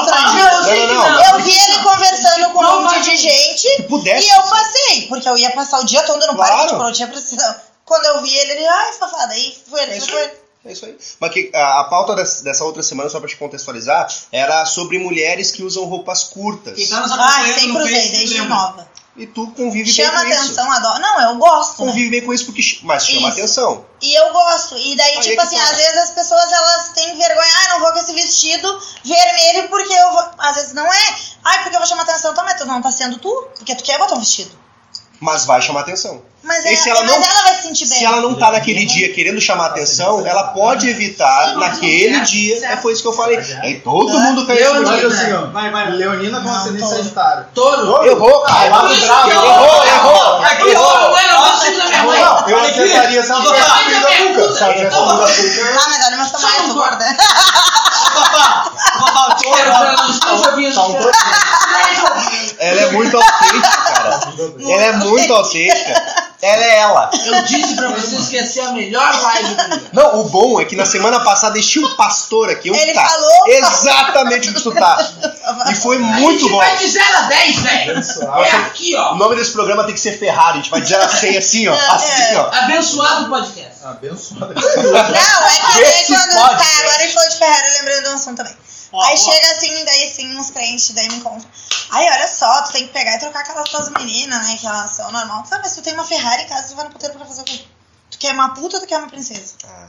Não, constrangida. não, não. Eu vi ele conversando com um monte de gente. Se pudesse. E eu passei, porque eu ia passar o dia todo no É Claro. parque, tipo, não tinha precisão. Quando eu vi ele, ele, ai, safada, aí foi ele, foi ele. É isso aí. Mas que, a, a pauta des- dessa outra semana, só pra te contextualizar, era sobre mulheres que usam roupas curtas. Quem tá nos Ai, acompanhando no sempre usei, Face, desde lembra. nova. E tu convive Chama bem com é isso. atenção, adoro. Não, eu gosto. né? Convive bem com isso, porque, ch- mas chama Isso. atenção. E eu gosto. E daí, Aí é tipo que assim, tá. às vezes as pessoas elas têm vergonha, ai, não vou com esse vestido vermelho porque eu vou. Às vezes não é. Ai, porque eu vou chamar atenção. Tá, mas tu não tá sendo tu, porque tu quer botar um vestido. Mas vai chamar atenção. Mas, E é, se ela mas não- ela vai se sentir bem. Se ela não tá naquele dia querendo chamar atenção, ela pode evitar Sim, mas naquele não quer, dia. É certo. foi isso que eu falei. Certo. Aí todo mundo caiu Eu em cima Mas de mim. assim, ó, Vai, vai. Leonina com Não, ascendente tô- sagitário. Touro. Errou, cara. Ah, Por isso bravo, que eu- errou, errou. é Por isso que eu não era o vestido da minha mãe. Não, eu Olha aqui. aceitaria essa Olha mulher lá, na frente da minha Cuca, puta. sabe? Essa Então- mulher da Cuca. Ah, mas olha, mas também eu sou gorda. Papá, papá, o touro. Eu não estou ouvindo. Tá um pouco. Não estou ouvindo. é muito autêntica, cara. Ela é muito autêntica. Ela é ela. Eu disse pra vocês que ia ser a melhor live do mundo. Não, o bom é que na semana passada tinha um pastor aqui, um Ele tá. falou. Exatamente o sotaque. E foi muito a gente bom. Tá. vai de 0 a 10, velho. É aqui, O ó. nome desse programa tem que ser Ferrari. A gente vai dizer a 100 assim, ó. É. Assim, ó. Abençoado podcast. Abençoada. Não, é que daí Esse quando. pode, tá, né? agora ele falou de Ferrari, eu lembrei de um assunto também. Ó, aí ó. chega assim, daí sim, uns crentes, daí me encontram. Aí, olha só, tu tem que pegar e trocar aquelas tuas meninas, né? Que elas são normal. Tá, mas tu tem uma Ferrari em casa, tu vai no puteiro pra fazer o quê? Tu quer uma puta ou tu quer uma princesa? Ah.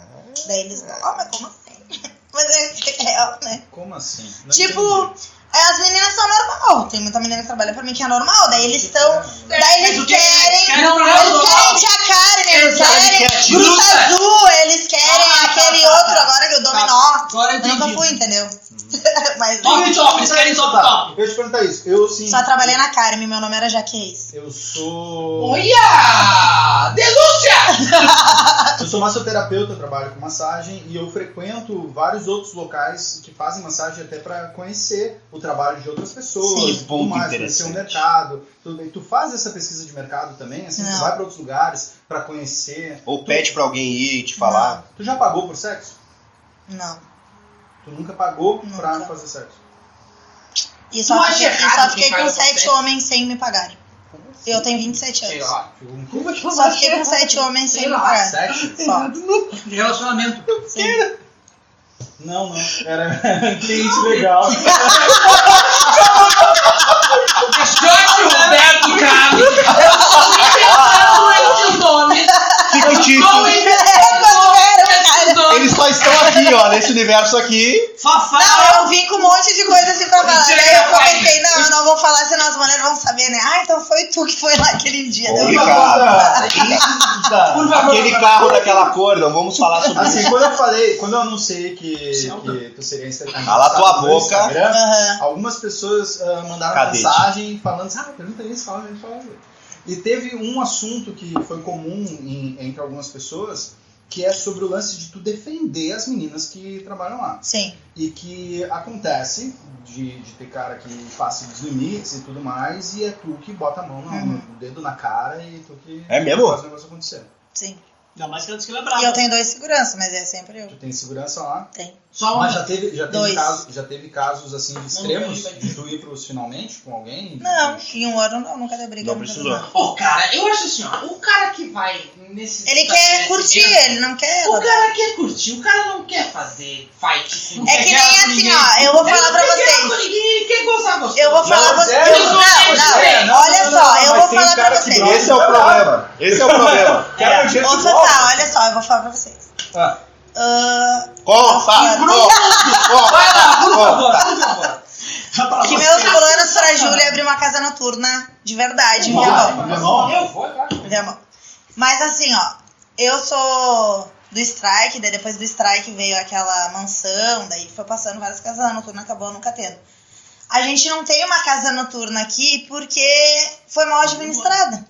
Daí eles, ó, mas como assim? mas é real, né? Como assim? Não entendi. Tipo, é, as meninas são normal. Tem muita menina que trabalha pra mim que é normal. Daí eles estão. Daí mas eles o que eles querem. querem é um programa Eles normal. querem tia Carmen, eles Eles querem querem cat Bruxa bruxa. Azul, eles querem é? Ah, tá, aquele tá, tá. outro agora que o Dominó. é Agora eu Eu nunca entendi. Uhum. fui, entendeu? Mas Top top, eles querem top Tá, top. eu te perguntar isso. Eu sim. Uhum. só trabalhei na Carmen, meu nome era Jaqueis. Eu sou. Olha! Denúncia! Eu sou massoterapeuta, trabalho com massagem e eu frequento vários outros locais que fazem massagem até para conhecer o trabalho de outras pessoas, Sim, é tudo bom, que mais, conhecer o interessante. mercado. Tudo bem. Tu faz essa pesquisa de mercado também, assim, tu Não. vai para outros lugares para conhecer. Ou pede pra alguém ir e te falar. Tu já pagou por sexo? Não. Tu nunca pagou Nunca. pra fazer sexo? E só Tu acha fiquei, e errado só quem fiquei faz com essa sete festa? homens sem me pagarem. Eu tenho 27 Sei anos. lá. Como é que Só fiquei com sete homens Sei sem me lá, pagar. Sexo? Só. De relacionamento. Não, não. Era um cliente legal. Questione o Roberto Carlos. Eu estou inventando esses nomes. Fica o um Estou título. é inventando esses nomes. Eles só estão aqui, ó, nesse universo aqui. Fafá! Não, eu vim com um monte de coisa assim pra falar. Mentira Daí que eu é pai. comentei, não, eu não vou falar, senão as mulheres vão saber, né? Ah, então foi tu que foi lá aquele dia. né? Daí eu Olha, não vou- cara. Tá. Por favor. Aquele carro daquela cor, não vamos falar sobre isso. Assim, quando eu falei, quando eu anunciei que, que tu seria entrevistado é Cala a tua no boca. Instagram, Aham. Algumas pessoas ah, mandaram Cadete. mensagem falando, ah, pergunta isso, fala, isso, fala. isso." E teve um assunto que foi comum em- entre algumas pessoas, que é sobre o lance de tu defender as meninas que trabalham lá. Sim. E que acontece de, de ter cara que passa dos limites e tudo mais, e é tu que bota a mão no, Uhum. no dedo na cara e tu que É mesmo? faz o negócio acontecer. Sim. Ainda mais que é ela disse que E eu lembrava. tenho dois seguranças, mas é sempre eu. Tu tem segurança lá. Tem. Só um Mas uma. já teve, já teve, Ah, Dois. caso, já teve casos assim de extremos não, não. de tu ir pros finalmente com alguém? Não, em um ano não, nunca deu briga. Não nunca deu precisou. nada. Pô, cara, eu acho assim, ó. O cara que vai nesse. tá Ele quer curtir, ele não quer. é O ela. cara quer curtir, o cara não quer fazer fight. não É quer que nem guerra com assim, ninguém. ó, eu vou Ele falar não pra quer guerra vocês. com ninguém, ele quer gozar com você. Eu vou falar pra zero, vocês. Não, zero, não, não, Olha não, só, não, eu mas vou tem um falar cara pra que vocês. briga. Esse é o problema. Esse é o problema. Cara, gente, Ô, Tatá, tá, olha só, eu vou falar pra vocês. Ah. Ah, Conta, conta, Vai lá, por Ó, favor, por favor. que meus planos pra Júlia é abrir uma casa noturna de verdade, minha mão. Meu irmão, Eu vou, eu acho. Minha mão. Mas assim, ó, eu sou do strike, daí depois do strike veio aquela mansão, daí foi passando várias casas noturnas, acabou nunca tendo. A gente não tem uma casa noturna aqui porque foi mal administrada.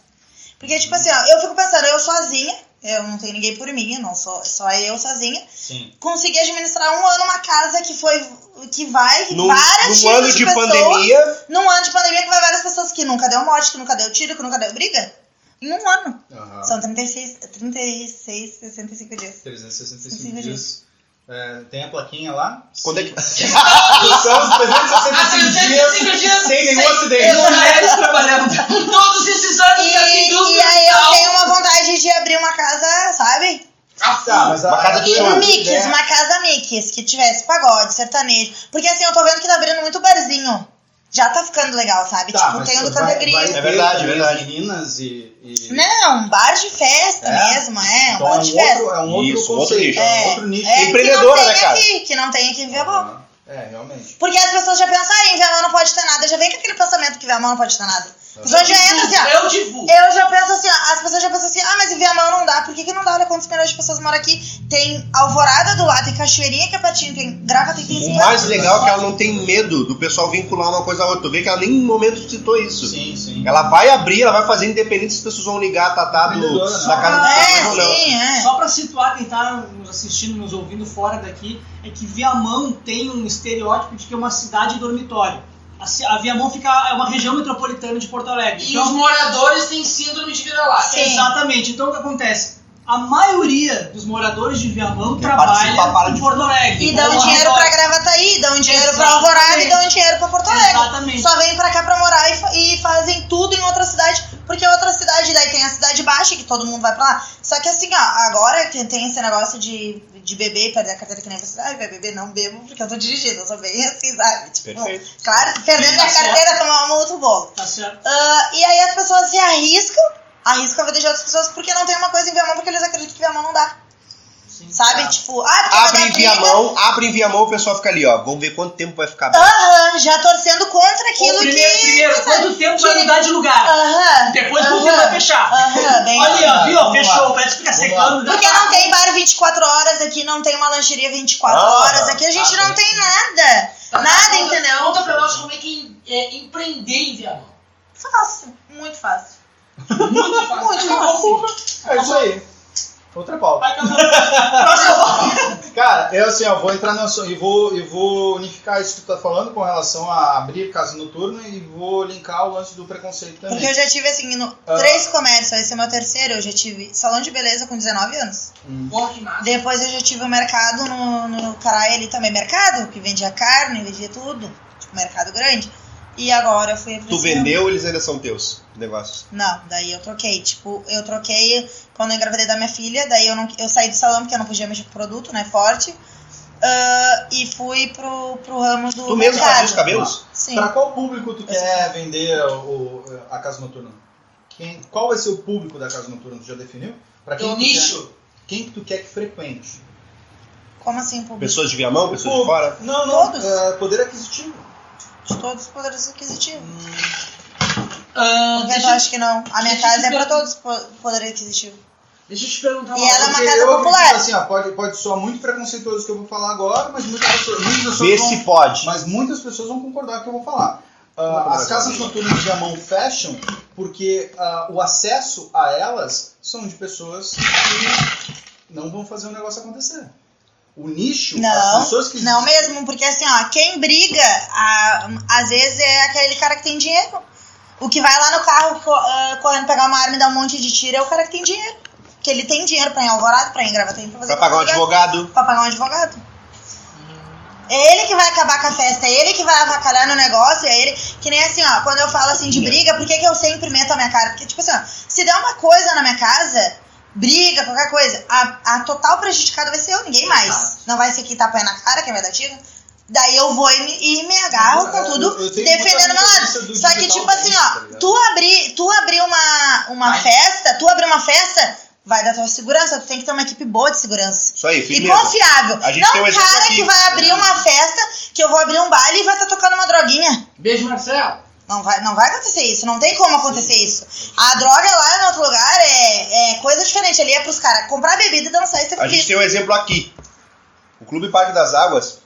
Porque, tipo assim, ó, eu fico pensando, eu sozinha, eu não tenho ninguém por mim, eu não sou, só eu sozinha. Sim. consegui administrar um ano uma casa que foi que vai Num, várias num tipos ano de, de pessoas, pandemia, num ano de pandemia que vai várias pessoas que nunca deu morte, que nunca deu tiro, que nunca deu briga. Em um ano. Aham. São 36, 36, 65 dias. 365 dias. É, tem a plaquinha lá? quando é que. São Há 365 dias. 365 Ah, dias sem nenhum acidente. sem mulheres trabalhando. Todos esses anos que E, assim, do e aí eu tenho uma vontade de abrir uma casa, sabe? Tá, mas a, Uma a- casa de E Show. um show. mix, né? uma casa mix, que tivesse pagode, sertanejo. Porque assim, eu tô vendo que tá abrindo muito barzinho. Já tá ficando legal, sabe? Tá, tipo, mas tem o do vai- Candegril. vai ter É verdade, também é verdade. as Meninas e. e- Não, um bar de festa É? mesmo, né? é. Um Então bar é de um festa. outro, é um outro Isso, outro conceito, nicho. é um É, outro nicho. É, Empreendedora, que não tem né, cara? Aqui, que não tem aqui em Viamão. Aham. É, realmente. Porque as pessoas já pensam, ah, em Viamão não pode ter nada. Já vem com aquele pensamento que Viamão não pode ter nada. É. A pessoa já entra assim, ó. Eu divulgo. Eu já penso assim, ó, as pessoas já pensam assim, ah, mas em Viamão não dá. Por que, que não dá? Olha quantos milhões de pessoas moram aqui. Tem Alvorada do lado, tem Cachoeirinha que é pertinho, tem Grava, tem O 50. mais legal é que ela não tem medo do pessoal vincular uma coisa a outra. Tu vê que ela nem em momento citou isso. Sim, sim. Ela vai abrir, ela vai fazer independente se as pessoas vão ligar a Tatá do, Vendedora, não. da casa do É, Tatá ou não. sim, é. Só pra situar quem tá nos assistindo, nos ouvindo fora daqui, é que Viamão tem um estereótipo de que é uma cidade dormitório. a Ci- a Viamão fica, é uma região metropolitana de Porto Alegre. E Então, os moradores têm síndrome de vira-lata. Sim. Exatamente. Então o que acontece? A maioria dos moradores de Viamão Quer participar, para trabalha em de- Porto Alegre. Então, E dão Ou dinheiro arredor. pra Gravataí, dão dinheiro pra Exatamente. Alvorada e dão dinheiro pra Porto Alegre. Exatamente. Só vêm pra cá pra morar e, fa- e fazem tudo em outra cidade, porque é outra cidade, daí tem a cidade baixa, que todo mundo vai pra lá. Só que assim, ó, agora que tem esse negócio de, de beber e perder a carteira que nem você. Ai, vai beber, não bebo, porque eu tô dirigindo, eu sou bem assim, sabe? Tipo, Perfeito. Claro, perder Sim, minha tá certo. carteira, tomar uma multa, bolo. Tá certo. Ah, e aí as pessoas se arriscam, arriscam a vida de outras pessoas porque não tem uma coisa em Viamão, porque eles acreditam que Viamão não dá. Sim. Sabe? Tipo, ah, porque Abre vai em dar briga. Viamão, abre em Viamão, o pessoal fica ali, ó. Vamos ver quanto tempo vai ficar aberto. Aham, já torcendo contra aquilo Ô, primeiro, que. Ah, primeiro, quanto tempo que- vai mudar de lugar? Aham. Depois quanto aham, tempo vai ah, fechar? Aham, bem. Olha aí, ó, viu? Vamos Fechou. lá. Parece que fica Vamos secando. né? Porque é não tem bar 24 horas aqui, não tem uma lancheria 24 Ah, horas aqui, a gente ah, não tem nada. Nada, entendeu? Tá Conta pra nós como é que é, empreender em Viamão. Fácil, muito fácil. Muito fácil. Muito fácil. É isso aí. Outra pauta. Vai acabar. Cara, eu assim, ó, vou entrar na sua- e vou, eu vou unificar isso que tu tá falando com relação a abrir casa noturna e vou linkar o lance do preconceito também. Porque eu já tive, assim, no- Ah. três comércios, esse é o meu terceiro, eu já tive salão de beleza com 19 anos. Hum. Porra, que massa. Depois eu já tive o mercado no, no Caraí ali também, mercado, que vendia carne, vendia tudo, tipo, mercado grande. E agora eu fui Tu vendeu, eles ainda são teus negócios. Não, daí eu troquei. Tipo, eu troquei quando eu engravidei da minha filha, daí eu, não, eu saí do salão porque eu não podia mexer com produto, né? Forte. Ah, e fui pro, pro ramo do. Tu mesmo mercado. fazia os cabelos? Sim. Pra qual público tu quer vender o- a casa noturna? Quem, qual vai ser o público da casa noturna? Tu já definiu? Pra Teu tu nicho. Quer, quem que tu quer que frequente? Como assim, público? Pessoas de Viamão, pessoas de fora. Não, não. Todos. é, poder aquisitivo. De todos os poderes aquisitivos. Ah, Porque eu deixa, acho que não. A minha deixa eu casa te é pra perguntar. todos os po- poderes aquisitivos. deixa eu te perguntar E ela é uma Porque casa eu acredito, popular. Assim, ó, pode, pode soar muito preconceituoso o que eu vou falar agora, mas muitas pessoas, muitas pessoas Vê vão- se pode. Mas muitas pessoas vão concordar com o que eu vou falar. Ah, Vou concordar as casas noturnas de Amão fecham porque ah, o acesso a elas são de pessoas que não vão fazer o negócio acontecer. O nicho, Não, as pessoas que. Não mesmo, porque assim, ó, quem briga, a- às vezes é aquele cara que tem dinheiro. O que vai lá no carro co- ah, correndo pegar uma arma e dar um monte de tiro é o cara que tem dinheiro. Porque ele tem dinheiro pra ir em alvorada, pra ir em gravata, pra fazer Pra pagar um qualquer- advogado. Uhum. Pra pagar um advogado. É ele que vai acabar com a festa, é ele que vai avacalhar no negócio, é ele. Que nem assim, ó, quando eu falo assim Uhum. de briga, por que, que eu sempre meto a minha cara? Porque, tipo assim, ó, se der uma coisa na minha casa, briga, qualquer coisa, a, a total prejudicada vai ser eu, ninguém mais. Exato. Não vai ser quem tá apanhando na cara, quem vai dar tiro. Daí eu vou e me, e me agarro Eu- com É, eu tudo, tenho defendendo muita meu lado. referência do Só que, digital tipo assim, também, tá ó, ligado? tu abrir, tu abrir uma, uma Vai. festa, tu abrir uma festa, vai dar tua segurança, tu tem que ter uma equipe boa de segurança. Isso aí, E firmeza. confiável. A gente não tem um um exemplo cara aqui. que vai abrir uma festa, que eu vou abrir um baile e vai estar tocando uma droguinha. Beijo, Marcelo. Não vai, não vai acontecer isso, não tem como acontecer isso. A droga lá em outro lugar é, é coisa diferente. Ali é pros caras comprar bebida e dançar e ser A gente feliz. tem um exemplo aqui. O Clube Parque das Águas.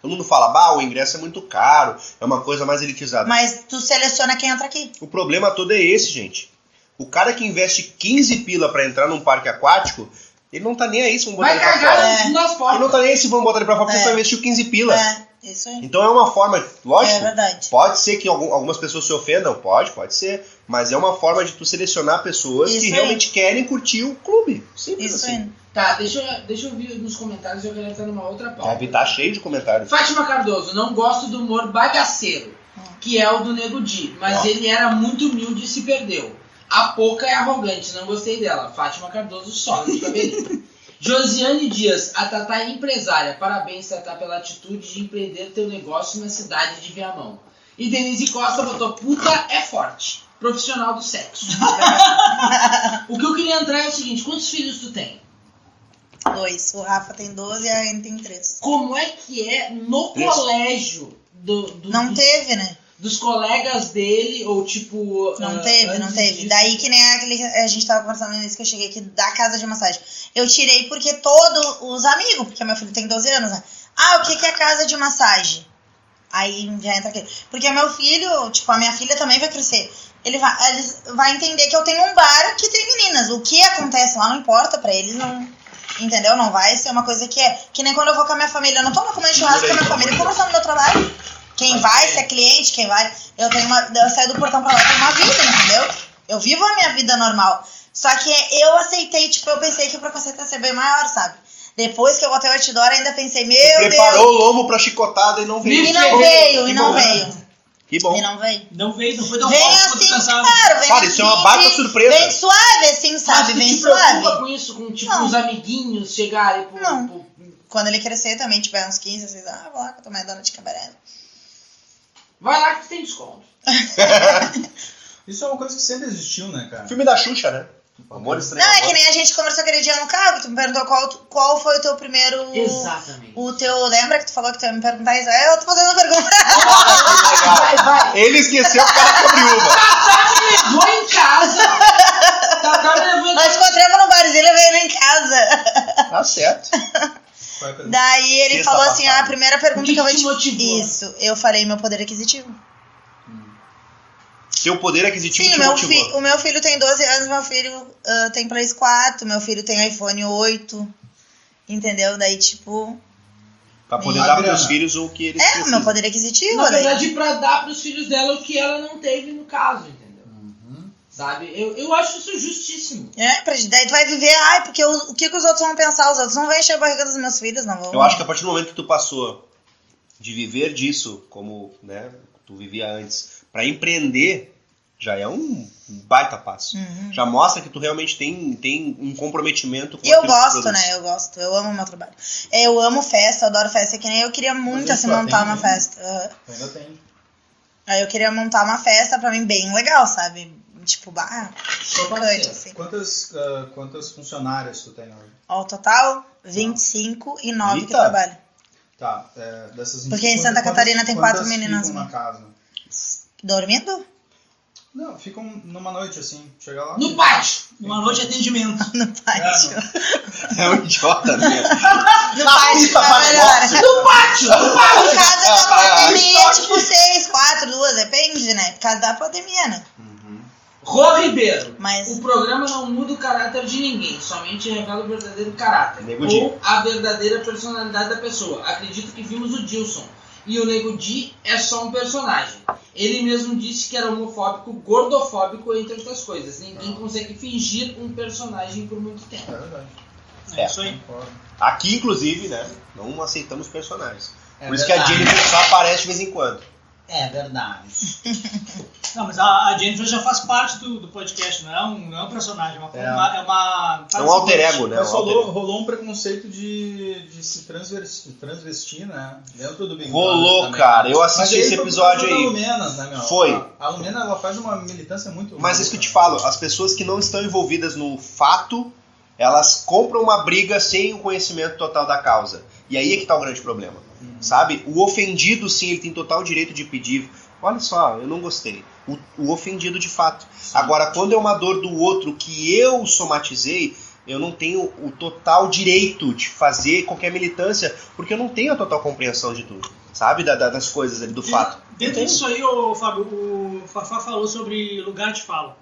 Todo mundo fala, bah, o ingresso é muito caro, é uma coisa mais elitizada. Mas tu seleciona quem entra aqui. O problema todo é esse, gente. O cara que investe 15 pila pra entrar num parque aquático, ele não tá nem aí se vão botar Vai ele pra cagar fora. É. nas Ele não portas. tá nem aí se vão botar ele pra fora porque É. só investiu 15 pila. É, isso aí. Então é uma forma, É lógico, verdade. pode ser que algum- algumas pessoas se ofendam, pode, pode ser, mas é uma forma de tu selecionar pessoas Isso que aí. realmente querem curtir o clube. Simples Isso assim. aí. Tá, deixa eu, deixa eu vir nos comentários, eu quero entrar numa outra pauta. Deve estar cheio de comentários. Fátima Cardoso, não gosto do humor bagaceiro, que é o do Nego Di, mas ele era muito humilde e se perdeu. A pouca é arrogante, não gostei dela. Fátima Cardoso só, de cabelinho. Josiane Dias, a Tatá é empresária. Parabéns, Tatá, pela atitude de empreender teu negócio na cidade de Viamão. E Denise Costa botou puta é forte. Profissional do sexo. o que eu queria entrar é o seguinte: quantos filhos tu tem? Dois. O Rafa tem 12 e a Anne tem 3. Como é que é no Três. colégio do, do, Não do- teve, né? dos colegas dele, ou tipo. Não ah, teve, não antes teve. disso? Daí que nem aquele que a gente tava conversando no início que eu cheguei aqui da casa de massagem. Eu tirei porque todos os amigos, porque meu filho tem 12 anos, né? Ah, o que, que é casa de massagem? Aí já entra aqui. Porque meu filho, tipo, a minha filha também vai crescer. Ele vai, eles vai entender que eu tenho um bar que tem meninas. O que acontece lá não importa pra eles, não. Entendeu? Não vai ser uma coisa que é. Que nem quando eu vou com a minha família. Eu não tô lá comendo churrasco com a minha família, como eu tô no meu trabalho. Quem vai, se é cliente, quem vai. Eu tenho uma. Eu saio do portão pra lá, eu tenho uma vida, entendeu? Eu vivo a minha vida normal. Só que eu aceitei, tipo, eu pensei que o preconceito ia ser bem maior, sabe? Depois que eu botei o outdoor, ainda pensei, meu Preparou o lombo pra chicotada e não veio. Deus. E não veio, e não veio. Que bom. E não veio. Não veio, não foi tão Vem forte quanto assim, pensava. claro, vem Cara, assim. isso é uma baita surpresa. Vem suave, assim, Mas sabe? tu Vem te preocupa suave. com isso, com tipo Não. os amiguinhos chegarem pro. Não. pro- Quando ele crescer também, tiver uns 15, vocês, ah, vou lá que eu tô mais dona de cabaré. Vai lá que tem desconto. Isso é uma coisa que sempre existiu, né, cara? Filme da Xuxa, né? Amor estranho. Não, é amor. que nem a gente conversou aquele dia no carro, que tu me perguntou qual, tu- qual foi o teu primeiro. Exatamente. O teu. Lembra que tu falou que tu ia me perguntar isso? É, Eu tô fazendo uma pergunta. Legal. Ele esqueceu que era cobriúva. Tatá me levou Ah, em casa. tá, Tatá me levou em Nós casa. encontramos no barzinho e levei ele em casa. Tá certo. Qual é a pergunta? Daí ele Sexta falou assim: passada. ah, a primeira pergunta O que, que eu vou que te. te motivou? Isso, eu falei meu poder aquisitivo. Seu poder aquisitivo Sim, te o meu, motivou. fi- o meu filho tem 12 anos, meu filho ah, tem Play 4, meu filho tem iPhone 8. Entendeu? Daí, tipo. Pra poder A dar grana. pros filhos o que eles É, o precisam. meu poder aquisitivo, né? Na daí. verdade, pra dar pros filhos dela o que ela não teve no caso, entendeu? Uhum. Sabe? Eu, eu acho isso justíssimo. É, pra- daí tu vai viver, ai, porque o, o que, que os outros vão pensar? Os outros não vão encher a barriga dos meus filhos, não vão. Eu acho que a partir do momento que tu passou de viver disso, como né, tu vivia antes, pra empreender, já é um baita passo. Uhum. Já mostra que tu realmente tem, tem um comprometimento com E eu aquilo que tu gosto, produz. né? Eu gosto, eu amo o meu trabalho. É, Eu amo festa, eu adoro festa, é que nem eu queria muito isso assim só montar tem, uma né? festa. Aham. Ainda tem. Aí eu queria montar uma festa pra mim bem legal, sabe? Tipo, bah, Só pra importante, ser. assim. Quantas, ah, quantas funcionárias tu tem hoje? Ó, o total, 25 e 9 que Eita. trabalham. Tá, é, dessas Porque em quantas- Santa Catarina tem quantas quatro meninas, Ficam na né? casa. Dormindo? Não, ficam numa noite assim, chega lá. No pátio, uma noite de atendimento. No pátio. É, não. É um idiota, né? No pátio puta, tá vai, melhor. nossa. Por causa da Ah, pandemia, tipo, seis, quatro, duas, depende, né? Por causa da pandemia, né? Uhum. Rô Ribeiro. Mas. O programa não muda o caráter de ninguém, somente revela o verdadeiro caráter Nego Di. ou a verdadeira personalidade da pessoa. Acredito que vimos o Dilson e o Nego Di é só um personagem. Ele mesmo disse que era homofóbico, gordofóbico, entre outras coisas. Ninguém consegue fingir um personagem por muito tempo. É verdade. É. Isso aí. concordo. Aqui, inclusive, né? Não aceitamos personagens. É Por isso que a verdade. Jennifer só aparece de vez em quando. É verdade. Não, mas a, a Jennifer já faz parte do, do podcast, não é um, não é um personagem, é uma, É. uma- é uma- É um alter ego, né? Um Mas alter rolou, ego. rolou um preconceito de, de se transvestir, transvestir, né? Dentro do Big Rolou, Brother também. cara. Eu Mas assisti aí esse foi por episódio causa da aí. Lumena, né, meu? Foi. A, a Lumena ela faz uma militância muito. Mas é isso que eu te falo, as pessoas que não estão envolvidas no fato, elas compram uma briga sem o conhecimento total da causa. E aí é que tá o grande problema. Uhum. Sabe? O ofendido, sim, ele tem total direito de pedir. Olha só, eu não gostei. O, o ofendido de fato. Agora, quando é uma dor do outro que eu somatizei, eu não tenho o total direito de fazer qualquer militância, porque eu não tenho a total compreensão de tudo. Sabe? Da- da- das coisas ali, do fato. Dentro disso aí, o Fábio, o Fafá falou sobre lugar de fala.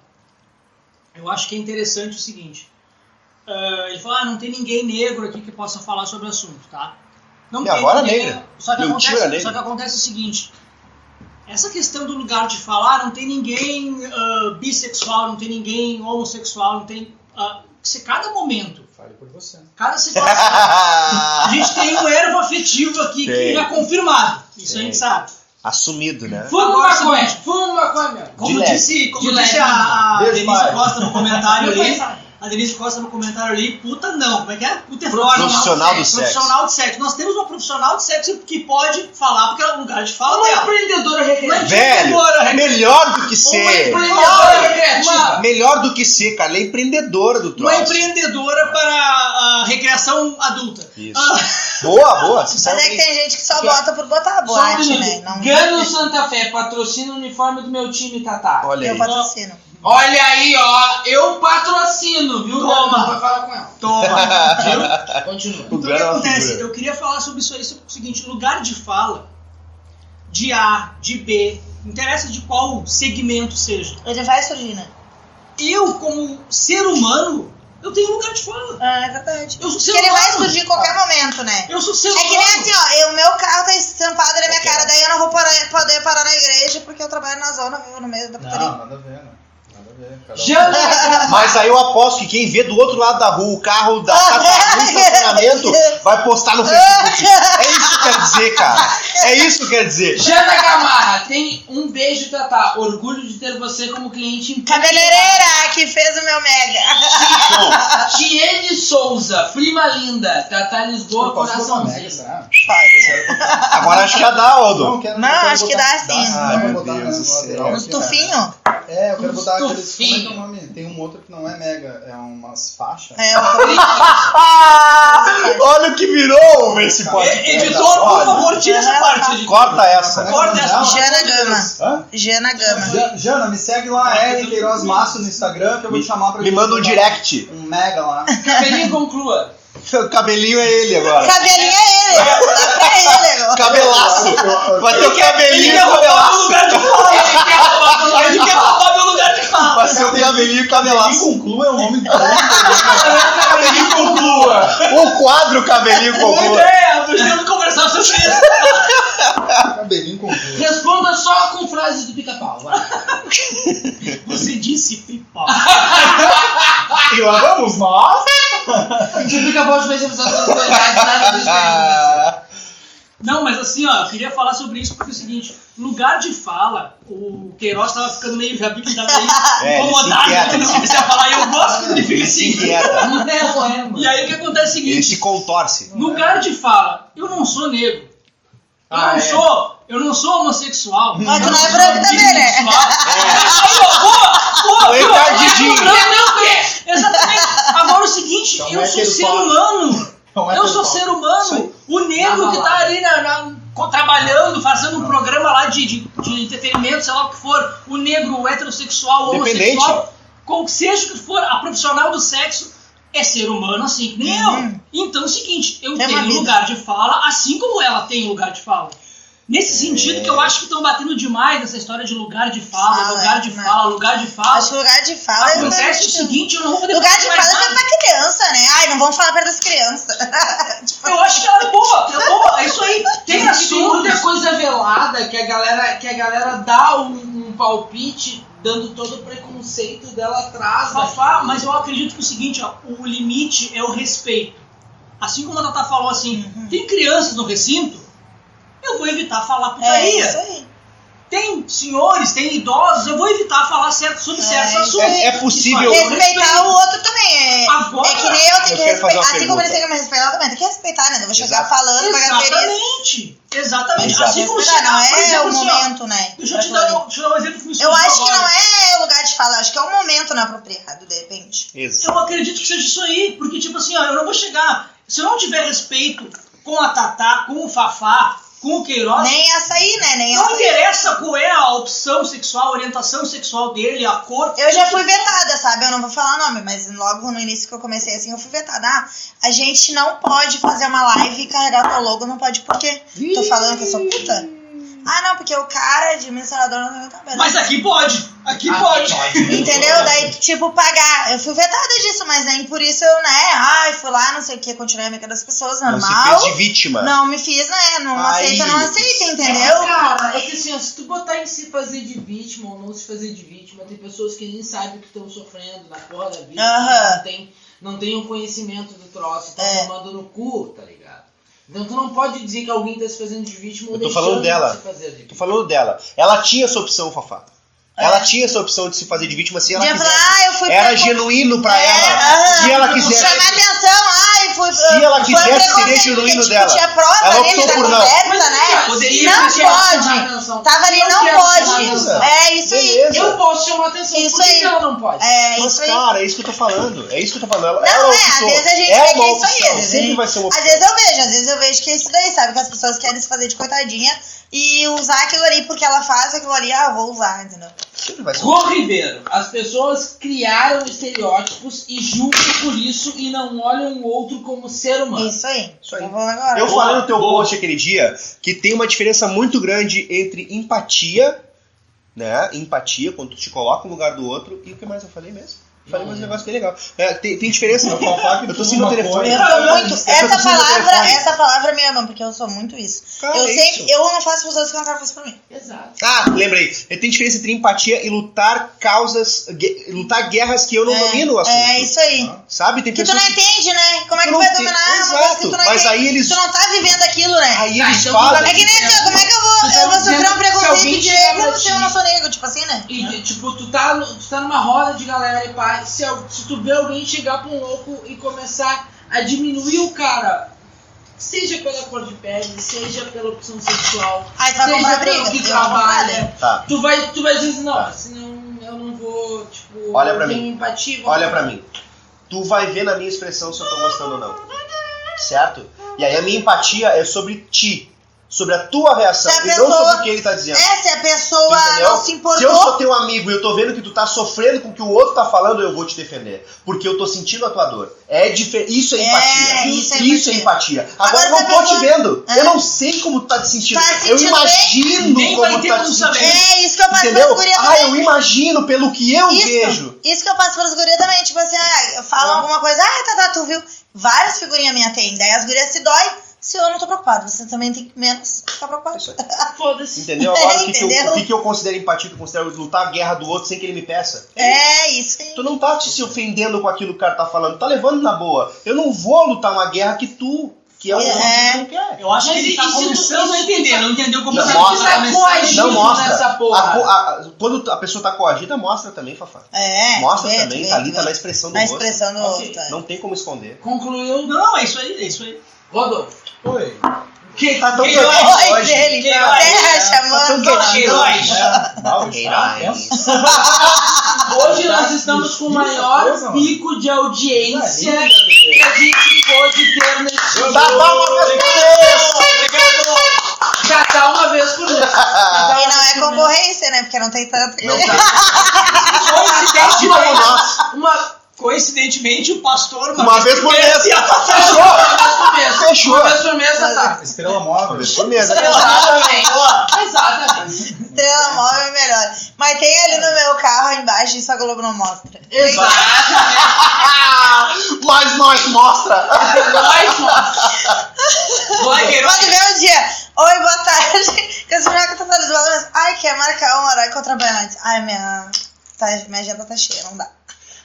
Eu acho que é interessante o seguinte. ah, ele falou, ah, não tem ninguém negro aqui que possa falar sobre o assunto, tá? Não E É, agora ninguém, negra. Só que, Meu tio acontece, era negro. só que acontece o seguinte. Essa questão do lugar de falar, não tem ninguém ah, bissexual, não tem ninguém homossexual, não tem... ah, se cada momento, Fale por você. cada situação... A gente tem um ervo afetivo aqui que Tem. já é confirmado. Isso a gente Tem. sabe. Assumido, né? Fumo Agora, maconha, seguinte. fumo maconha. Como De leve. disse, como De disse leve. a, a Beijo, Denise pai. Costa no comentário ali. Meu A Denise Costa no comentário ali, puta não, como é que é? Puta é froga. Profissional do sexo. Profissional de sexo. Nós temos uma profissional de sexo que pode falar porque ela é um lugar de fala Uma dela. empreendedora recreativa. Velho, melhor do que Uma ser. empreendedora recreativa. Melhor do que ser, cara. Ela é empreendedora do Uma troço. empreendedora para a recreação adulta. Isso. Ah, Boa, boa. Mas é que tem gente que só bota por botar a Só um boate, né? minuto. Não, Gano Santa Fé patrocina o uniforme do meu time, Tatá. Olha eu aí. patrocino. Olha aí, ó, eu patrocino, viu, Toma. Dama? Vai falar com ela. toma. Continua. O Então, o que Gano é uma acontece? figura. Eu queria falar sobre isso aí, sobre o seguinte, lugar de fala, de A, de B, não interessa de qual segmento seja. Ele vai surgir, né? Eu, como ser humano, Eu tenho lugar de fala. Ah, é verdade. Eu sou Porque ser ele vai humano. surgir em qualquer momento, né? Eu sou ser É humano. que nem assim, ó, eu- o meu carro tá estampado na minha cara, daí eu não vou parar- poder parar na igreja porque eu trabalho na zona, vivo no meio Não, da putaria. nada a ver, né? Nada a ver. Cada um- Já Mas aí eu aposto que quem vê do outro lado da rua o carro da Tataru em estacionamento vai postar no Facebook. É isso que quer dizer, cara. É isso que quer dizer. Jana Gamarra, tem um beijo, Tatá. Orgulho de ter você como cliente em Cabeleireira que fez o meu mega. Tiene Souza, prima linda. Tatá Lisboa, Eu posso botar um mega, coraçãozinho. será? Agora acho que já dá, Aldo. quero, Não, quero acho que botar- Ah, dá assim. Um sim. Ai, Vou meu botar Deus na do céu. lateral Uns aqui, né? tufinho? É, eu Um quero botar aqueles. Como é que é Estufinho. o nome? Tem um outro que não é mega, é umas faixas. É, eu Ah! Olha o que virou esse podcast. Editor, por Olha, favor, tira essa parte. editor. Corta essa. Corta essa. Jana pelo amor de Gama. Deus. Hã? Jana Gama. Ja- Jana, me segue lá, Eric Queiroz Massa no Instagram, que eu vou te chamar pra Me gente manda um botar direct. Um mega lá. Cabelinho com crua. O cabelinho é ele agora. Cabelinho é ele, dá pra ele né, agora. Cabelaço. Vai ter o Ele cabelinho e quer o roubar meu cabelaço. lugar de fala. Ele quer roubar meu lugar de fala. Ele quer roubar meu lugar de fala. Vai ser o cabelinho e o Quem cabelaço. conclua é um nome bom. Cabelinho conclua. O quadro cabelinho Muito conclua. é, nós temos que conversar sobre isso. Cabelinho conclua. Responda só com frases do pica-pau. vai. Você disse pipa. E lá vamos nós. O pica-pau de vez em né? quando Ah, Não, mas assim, ó, eu queria falar sobre isso porque é o seguinte, lugar de fala, o Queiroz tava ficando meio, já vi que tava É, meio ele se incomodado, inquieta, porque ele não se comecei a falar, e eu gosto quando ele fica Ele se assim. inquieta. É, é, mano. E aí o que acontece é o Ele seguinte, se contorce. lugar de fala, eu não sou negro, eu Ah, não é. sou, eu não sou homossexual. Mas tu eu não é sou branco também, né? bissexual. Tô encardidinho. Exatamente. Agora é o seguinte, Então eu é sou aquele ser papo. humano. Não é Eu pessoal. sou ser humano. O negro Na que tá balada. ali na- na- co- trabalhando, fazendo um programa lá de, de, de entretenimento, sei lá o que for. O negro, o heterossexual, o Independente. homossexual. Qual que seja o que for, a profissional do sexo é ser humano assim que nem eu. Então é o seguinte, eu Uhum. É uma tenho vida. lugar de fala, assim como ela tem lugar de fala. Nesse É. sentido que eu acho que estão batendo demais essa história de lugar de fala, Fala, lugar de né? fala, lugar de fala. Acho que lugar de fala é Acontece o Ah, seguinte, eu não vou poder Lugar fazer de mais fala é nada. coisa pra criança, né? Ai, não vamos falar perto das crianças. Eu acho que ela é boa, é boa, é isso aí. Tem Tem assim assunto. muita coisa velada que a galera, que a galera dá um, um palpite dando todo o preconceito dela atrás. Fafá, né? mas eu acredito que o seguinte, ó, o limite é o respeito. Assim como a Tatá falou assim, tem crianças no recinto, eu vou evitar falar É putaria. isso aí. tem senhores, tem idosos, eu vou evitar falar certo, sobre É, certos isso assuntos. É, é possível. Eu respeito. Respeitar o outro também. É, Agora, é que nem eu tenho eu que quero fazer respeitar. uma Assim como pergunta. eles têm que me respeitar, eu também tenho que respeitar, né? Eu vou chegar Exato. falando pra galera. Exatamente. Exatamente. Exato. Assim como Respeitar, chegar, não por é exemplo, o assim, ó, momento, né? Deixa eu te dar, um- deixa eu dar um exemplo que me surgiu Eu acho que agora. não é lugar de falar, acho que é o momento não apropriado, de repente. Exato. Eu acredito que seja isso aí, porque, tipo assim, ó, eu não vou chegar. Se eu não tiver respeito com a Tatá, com o Fafá, com o Queiroz, Nem essa aí, né? Nem não essa aí. interessa qual é a opção sexual, a orientação sexual dele, a cor. Eu já fui vetada, sabe? Eu não vou falar nome, mas logo no início que eu comecei assim, eu fui vetada. Ah, a gente não pode fazer uma live e carregar teu logo, não pode por quê? Tô falando que eu sou puta? Ah, não, porque o cara de administrador não vai cabelo. Mas aqui pode. Aqui Ah, pode. Entendeu? Daí, tipo, pagar. Eu fui vetada disso, mas nem por isso eu, né? Ai, fui lá, não sei o que, continuei a amiga das pessoas, Não se fez normal. de vítima. Não me fiz, né? Não Aí. aceita, não aceita, É que, entendeu? cara, é que assim, ó, se tu botar em se fazer de vítima ou não se fazer de vítima, tem pessoas que nem sabem o que estão sofrendo na porra da vida, Aham. não, tem, não tem o conhecimento do troço, tá É. tomando no cu, tá ligado? Então tu não pode dizer que alguém tá se fazendo de vítima ou Eu tô deixando falando dela. de se fazer de Tô vítima. falando dela. Ela tinha essa opção, Fafá. Ela É. tinha essa opção de se fazer de vítima se ela Dia quisesse. falar, ah, eu fui Era preco- genuíno pra É, ela. aham. Se ela quisesse. Chamar atenção, ai, foi. Se ela foi quisesse, preconceito, seria genuíno porque, tipo, dela. Tinha prova Ela ali optou da por não. conversa, assim, né? Poderia Não ser- chamar pode. Tá. atenção. Tava ali, Eu não quero chamar atenção. pode. É isso aí. Beleza. Eu posso chamar atenção, Isso por que aí. que ela não pode? É Mas, isso aí. cara, é isso que eu tô falando. É isso que eu tô falando. Ela, Não, ela é, às optou. vezes a gente é vê que uma é isso aí, opção. às vezes a Sempre gente- vai ser uma opção. Às vezes eu vejo, às vezes eu vejo que é isso daí, sabe? Que as pessoas querem se fazer de coitadinha e usar aquilo ali porque ela faz aquilo ali, ah, eu vou usar, entendeu? Sempre vai ser uma Rô Ribeiro, as pessoas criaram estereótipos e julgam por isso e não olham o outro como ser humano. Isso aí. Isso aí. Eu vou agora. Eu falei no teu boa. post aquele dia que tem uma diferença muito grande entre empatia, né? Empatia, quando tu te coloca no lugar do outro, e o que mais eu falei mesmo? Falei mais um negócio bem legal. É, tem, tem diferença. Eu falo, fala que Eu tô sem meu uma telefone. Eu coisa- sou muito. Eu tô Essa precisando do palavra, telefone. essa palavra me ama, porque eu sou muito isso. Cara, eu é sempre. isso. Eu não faço pros outros que eu não quero fazer pra mim. Exato. Ah, lembrei. Tem diferença entre empatia e lutar causas, gue- lutar guerras que eu não É, domino o assunto. É isso Tá. aí. Sabe? Tem É Que tu pessoas não entende, né? Como é que Eu tu vai não dominar entendo. uma coisa que tu não Exato. Mas entende? aí eles- Tu não tá vivendo aquilo, né? Aí Ah, eles então falam. não é que nem assim, ó, como é que eu vou, Tu tá eu vou dizendo sofrer um que se alguém preconceito de chegar eu não pra sei, ti- eu não sou negro, tipo assim, né? E, tipo, tu tá, no- tu tá numa roda de galera e pá, se, al- se tu vê alguém chegar pra um louco e começar a diminuir o cara, seja pela cor de pele, seja pela opção sexual, Aí tu vai comprar seja briga. pelo eu que vou comprar, né? trabalha, Tá, tu vai, tu vai dizer assim, não, Tá. senão eu não vou, tipo, Olha pra eu tenho mim. empatia. vou- olha pra mim. Tu vai ver na minha expressão se eu tô gostando ou não. Certo? E aí a minha empatia é sobre ti. Sobre a tua reação. Se a e não sobre pessoa- o que ele tá dizendo. É, se a Tu pessoa entendeu? não se Se eu sou importou. teu amigo e eu tô vendo que tu tá sofrendo com o que o outro tá falando, eu vou te defender. Porque eu tô sentindo a tua dor. É dife- Isso é É, empatia. isso é empatia. Agora, Agora, eu se a não tô pessoa- te vendo. É. Eu não sei como tu tá te sentindo. Tá se eu sentindo imagino bem? Nem vai como tu ter tá te como sentindo. saber. É isso que eu faço Entendeu? pras gurias Ah, também. eu imagino pelo que eu Isso. vejo. Isso que eu passo pras gurias também, tipo assim, ah, falam alguma coisa, ah, Tata, tu viu? Várias figurinhas minhas tem, daí as gurias se dói. Se eu não tô preocupado, você também tem que menos ficar preocupado. Isso Foda-se. Entendeu? Agora, o que, que, eu, É, Entendeu? o que que eu considero empatia? Eu considero lutar a guerra do outro sem que ele me peça. É isso aí. Tu não tá te se ofendendo com aquilo que o cara tá falando. Tá levando na boa. Eu não vou lutar uma guerra que tu, que é o É. que tu não quer. Eu acho Mas que e ele tá se tu- começando e a se tu entender, tá- não entendeu como Não você mostra, precisa mas- coagir Não Isso mostra. nessa porra. A co- a- a- quando a pessoa tá coagida, mostra também, Fafá. É. mostra vê, também, vê, tá ali, vê. tá na expressão do Na rosto. expressão do Ok. outro. é. Não tem como esconder. Concluiu. Não, é isso aí, é isso aí. é Rodolfo. Oi. Que Tá tão que tranquilo herói, Oi, hoje. dele, que terra herói, né? chamando. Tá tão herói. É, Tá mal está, é. Heróis. Ah, Hoje nós estamos é com o maior Coisa, mano. pico de audiência Coisa que a gente pôde ter nesse Dá palmas pra vocês! Catar tá uma vez por mês. Catar E uma não vez é por mês. concorrência, né? Porque não tem tanto. Não tá. Coincidentemente, Tipo nós. uma- coincidentemente, o pastor Uma vez por mês. é e a pastora- Uma vez por mês. Fechou. Uma vez por mês, Catar. Estrela móvel. Isso mesmo. Exatamente. Exatamente. Estrela móvel é melhor. Mas tem ali no meu carro aí embaixo, isso a Globo não mostra. Exatamente. Ah, Mas nós mostra! Nós, nossa. Vai, herói. Pode ver o dia. Oi, boa tarde. Que as meninas estão todas mas. Ai, quer marcar um horário que eu trabalho antes. Ai, minha. tá- minha agenda tá cheia, não dá.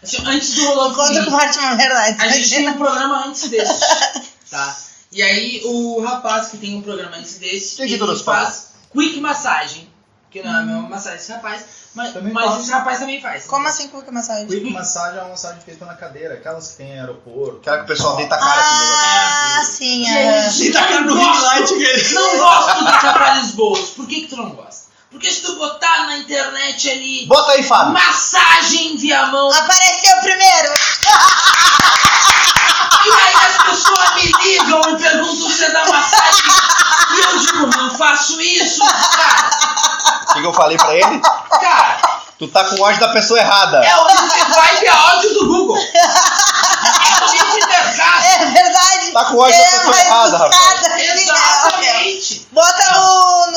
Assim, antes do Rodolfo Encontro com o vir, Martin Verdade. a gente tem um programa antes desse. Tá? E aí, o rapaz que tem um programa antes desse, Entendi ele todas faz as quick massagem. Que não é a mesma massagem desse rapaz, mas, Também mas faço. esse rapaz também faz. Hum. Como assim, cuca massagem? Quick massagem é uma massagem feita na cadeira, aquelas que tem em aeroporto. Quero que o pessoal deita a cara Ah, sim. aham. Você tá caindo no highlight, velho. Não gosto de trabalhos boas. Por que, que tu não gosta? Porque se tu botar na internet ali Bota aí, Ah. Fábio. massagem via mão, Apareceu primeiro. e aí as pessoas me ligam e perguntam se é da massagem. E eu digo, não faço isso, cara. O que que eu falei pra ele? Cara, Tu tá com ódio da pessoa errada. é onde você vai ver áudio do Google. É o nicho de mercado. É verdade. Tá com ódio da É, pessoa mais errada, buscada. é, Exatamente. Bota no,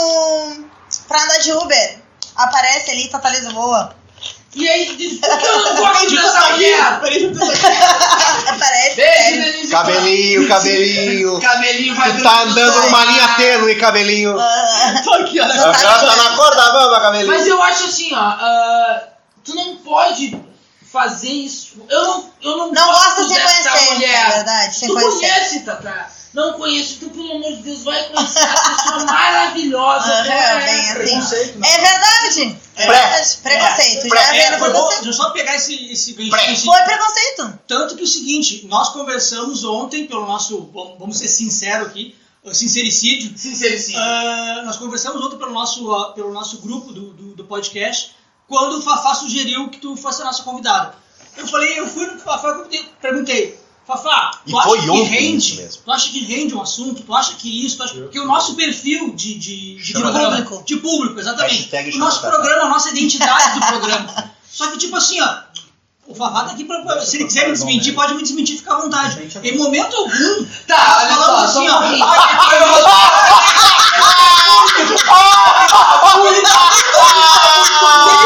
no. Pra andar de Uber. Aparece ali, Tatalis voa. E aí, diz, por que eu não gosto dessa mulher? Aparece. Beijo, Beijo, Denise. Cabelinho, cabelinho. Cabelinho Ah, vai Tu tá dormir. andando numa linha tênue, cabelinho. Tô aqui, ó. Ela tá na corda bamba, cabelinho. Mas eu acho assim, ó, ah, tu não pode fazer isso. Tipo, Eu não, eu não, Não gosto gosta sem dessa conhecer, mulher. na verdade, sem tu conhecer. conhece, Tata? Não conheço, tu pelo amor de Deus vai conhecer a pessoa maravilhosa. Aham, que ela é. bem assim. Preconceito, né? É verdade. É Pré. verdade. Preconceito. Pré. Já vendo É, foi bom, preconceito. deixa eu só pegar esse, esse Pré. ganchinho. assim. Foi preconceito. Tanto que o seguinte, nós conversamos ontem pelo nosso, vamos vamos ser sinceros aqui, o sincericídio. assim, Sincericídio. Ah, nós conversamos ontem pelo nosso, ah, pelo nosso grupo do, do, do podcast, quando o Fafá sugeriu que tu fosse a nossa convidada. Eu falei, eu fui no Fafá e perguntei, Fafá, E tu acha foi que ontem rende? isso mesmo. Tu acha que rende um assunto? Tu acha que isso? Tu acha... Porque o nosso perfil de, de, de, Chama programa- público. de público, exatamente. Hashtag o chama nosso Fafá. programa, a nossa identidade do programa. Só que tipo assim, ó, o Fafá tá aqui pra. pra- Se ele quiser é me desmentir, pode me desmentir, fica à vontade. Em momento algum, Tá, olha falando só, assim, só um pouquinho. ó. "Ai, eu vou tá Ele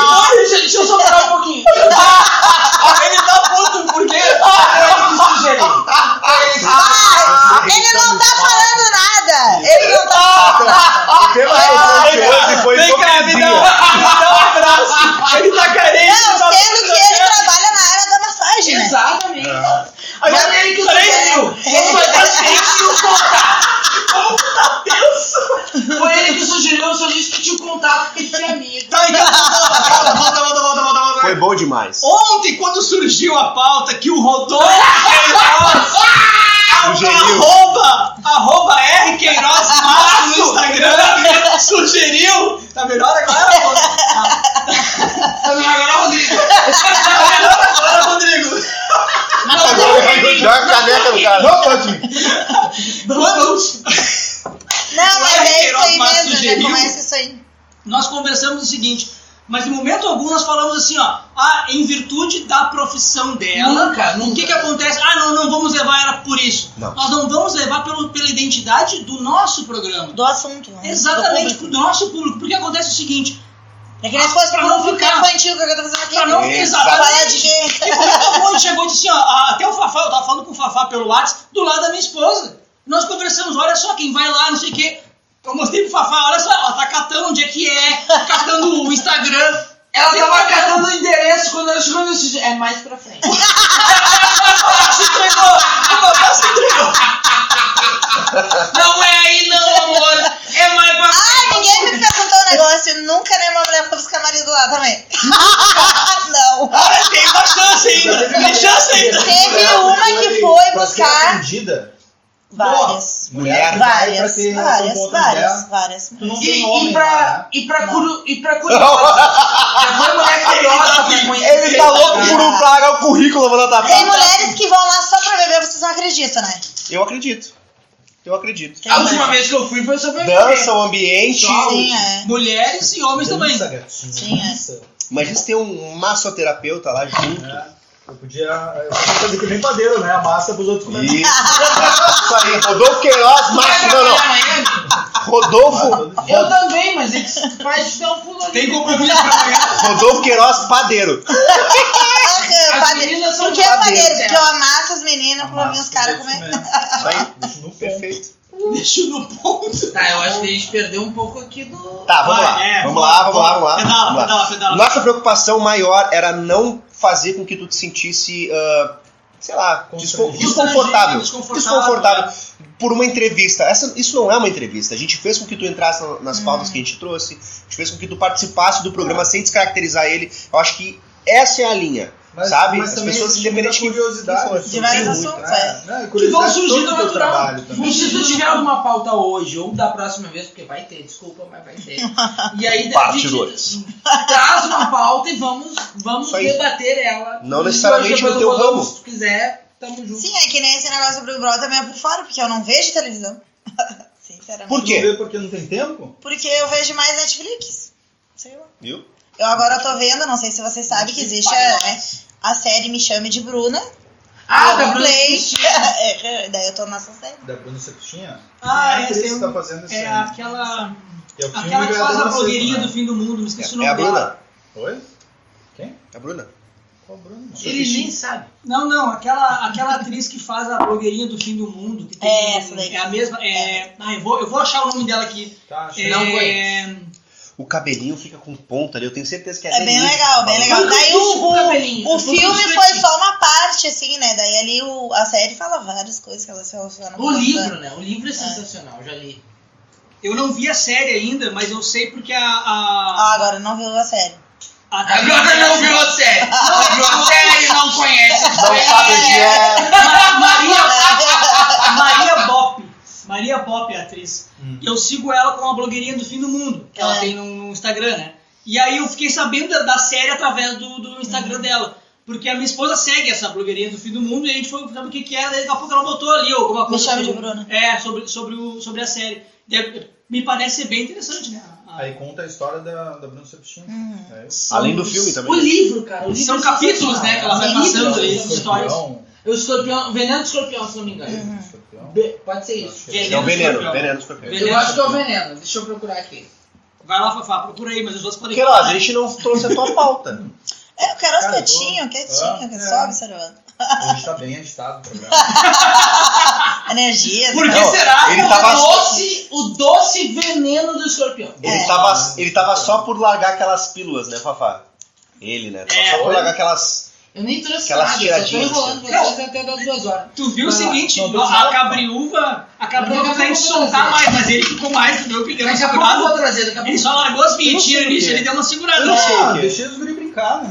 pode, deixa, deixa eu só parar um pouquinho. Ele tá Ah! tá Ah, Ah, tá tá né? um Tá, Foi bom demais. Ontem, quando surgiu a pauta que o Rodolfo Queiroz Sugeriu. arroba, arroba R Queiroz Mato no Instagram sugeriu. Tá melhor agora, Rodrigo? Tá melhor agora, Rodrigo? Tá melhor agora, Rodrigo? Joga a caneca no cara. Não, Quando Não, mas Vai, é isso aí Queiroz, mesmo, já sugeriu. começa isso aí. Nós conversamos o seguinte, mas em momento algum nós falamos assim, ó, ah, em virtude da profissão dela, Nunca, Uhum. o que que acontece? Ah, não, não vamos levar ela por isso. Não. Nós não vamos levar pelo, pela identidade do nosso programa. Do assunto, né? Exatamente, Do pro público. nosso público. Porque acontece o seguinte, É que nem se fosse Pra pra não não ficar ficar- infantil, que eu tô fazendo aqui. pra não... É, Falar Exatamente. de gay. E todo mundo chegou e disse, assim, ó, "Ah, até o Fafá, eu tava falando com o Fafá pelo WhatsApp, do lado da minha esposa. Nós conversamos, olha só, quem vai lá, não sei o quê. Eu mostrei pro Fafá, olha só, ela tá catando onde é que é, catando o Instagram. Ela tava catando o endereço quando eu chegou no sítio. É mais pra frente. se entregou, o Fafá se entregou. Não é aí não, amor, é mais pra Ah, ninguém me perguntou um negócio. Nunca nem uma mulher foi buscar marido lá também. não. frente. Tem uma chance ainda, tem chance ainda. Teve Mulher uma vai que foi pra ser buscar. atendida. Várias. Mulher vai pra Várias, ter relação com várias, outra várias, mulher. várias. Tu não tem E, homem e lá, né? pra, e pra, curu, e pra curiosa. Já foi mulher curiosa pra conhecer. Ele tá louco por um pagar o currículo, vou dar Tem mulheres que vão lá só pra beber, vocês não acreditam, né? Eu acredito. Eu acredito. Tem A mulher- última vez que eu fui foi sobre Dança, o ambiente. Sim, é. Mulheres e homens também. Dança, gatinho. Sim, é. Dança. Imagina se tem um massoterapeuta lá junto. né? Eu podia, eu podia fazer que nem padeiro, né? A massa pros outros comerem. Isso. Isso aí, Rodolfo Queiroz, Márcio, não, não. Rodolfo, Eu também, mas eles faz dar um pulo ali. tem compromisso pra pagar. Rodolfo Queiroz, padeiro. Ah, As padeiro. meninas são Por que padeiro? padeiros, Porque eu amasso as meninas pra ver os caras é?" comer. Isso aí, Deixa no pé. perfeito. Deixa no ponto. Tá, eu acho que a gente perdeu um pouco aqui do. Tá, vamos lá. Vai, é, Vamos lá, vamos lá, vamos lá. Pedala, Vamos lá. pedala, pedala. Nossa preocupação maior era não fazer com que tu te sentisse, ah, sei lá, desco- Constrangido. desconfortável. Desconfortável, Desconfortável. Por uma entrevista. Essa, isso não é uma entrevista. A gente fez com que tu entrasse na- nas Hum. pautas que a gente trouxe. A gente fez com que tu participasse do programa sem descaracterizar ele. Eu acho que essa é a linha. Mas- sabe? mas As também pessoas, existe independente muita de curiosidade. quem for. De vários Tem Muito, assuntos, né? Não, Que vão curiosidade surgir todo do o teu natural. trabalho também. E se tu tiver uma pauta hoje ou da próxima vez, porque vai ter, desculpa, mas vai ter. E aí Pá, a gente tirou. traz uma pauta e vamos, vamos Isso aí. debater ela. Não necessariamente Depois no teu eu vou- ramo. Se tu quiser, tamo junto. Sim, é que nem esse negócio do Big Brother também é por fora, porque eu não vejo televisão. Sinceramente. Por Tu não quê? vê porque não tem tempo? Porque eu vejo mais Netflix. Sei lá. Viu? Eu agora tô vendo, não sei se vocês sabem, que existe a, né, a série Me Chame de Bruna. Ah, Eu da Bruna play. É, Cristina. Daí eu tô nessa série. Da Bruna Septinha? Ah, é, Quem atriz tem- tá fazendo isso É aí? aquela. É o filme Aquela que da faz a Dona blogueirinha Seco, do fim do mundo, me esqueci o É nome a dela. Bruna. né? Oi? É a Bruna. Qual Bruna? Ele nem sabe. Não, não, aquela, aquela atriz que faz a blogueirinha do fim do mundo. Que tem, É, essa daí. É a mesma. É, ah, eu vou, eu vou achar o nome dela aqui. Tá, acho É, que não conheço. O cabelinho fica com ponta ali. Eu tenho certeza que é É bem delícia. legal, bem legal. Nunca Daí vi o, um isso, cabelinho. o, o Eu nunca filme vi isso foi aqui. só uma parte, assim, né? Daí ali o, a série fala várias coisas que elas se relacionam O a livro, né? O livro é sensacional, já li. Eu não vi a série ainda, mas eu sei porque a. Ah, a, agora não viu a série. a, Agora não viu a série. Não viu a série, ele não conhece. Não sabe onde é. Ma- Maria, Maria Bop. Maria Bop é a atriz. Hum. Eu sigo ela com a blogueirinha do fim do mundo, que ela É. tem no, no Instagram, né? E aí eu fiquei sabendo da, da série através do, do Uhum. Instagram dela. Porque a minha esposa segue essa blogueirinha do fim do mundo e a gente foi saber o que, que era, daí daqui a pouco ela botou ali alguma coisa. chame sobre- de né? Bruna. É, sobre, sobre, o, sobre a série. Daí, me parece ser bem interessante, né? A- a- Aí conta a história da, da Bruna Septinha. Hum. É isso. Além do filme também. né? O livro, cara. O livro São é capítulos, né? Que ela vai sensacional. passando ali, Livros. as histórias. Hum. Escorpião, É O escorpião, veneno do escorpião, se não me engano. escorpião. Be- Pode ser isso. Acho É o veneno, escorpião. veneno do escorpião. Eu acho que é o veneno. Deixa eu procurar aqui. Vai lá, Fafá, procura aí, mas os outros podem Queiroz, a gente não trouxe a tua pauta. É, eu quero os Cara, eu tô- quietinho, quietinho, que Ah, só é. observando. Hoje tá bem agitado o programa. Energia. Por né? que Não, será ele o, tava- doce, o doce veneno do escorpião? Ele, É. tava, É, ele tava só por largar aquelas pílulas, né, Fafá? Ele, né? Tava só por largar aquelas Eu nem trouxe Aquelas nada, eu só tô tiradinhas, enrolando vocês até das duas horas. Tu viu o Vai lá, seguinte, não deu a, nada. a cabriúva, a Daqui cabriúva a tá indo pouco eu vou soltar trazer. mais, mas ele ficou mais, tu viu que ele deu uma Daqui a pouco eu vou segurada. trazer, daqui a pouco. Ele só largou as Eu vinhetinhas no não sei o início, quê. ele deu uma segurada. Eu não sei o Ah, quê. deixei os guri brincar, né?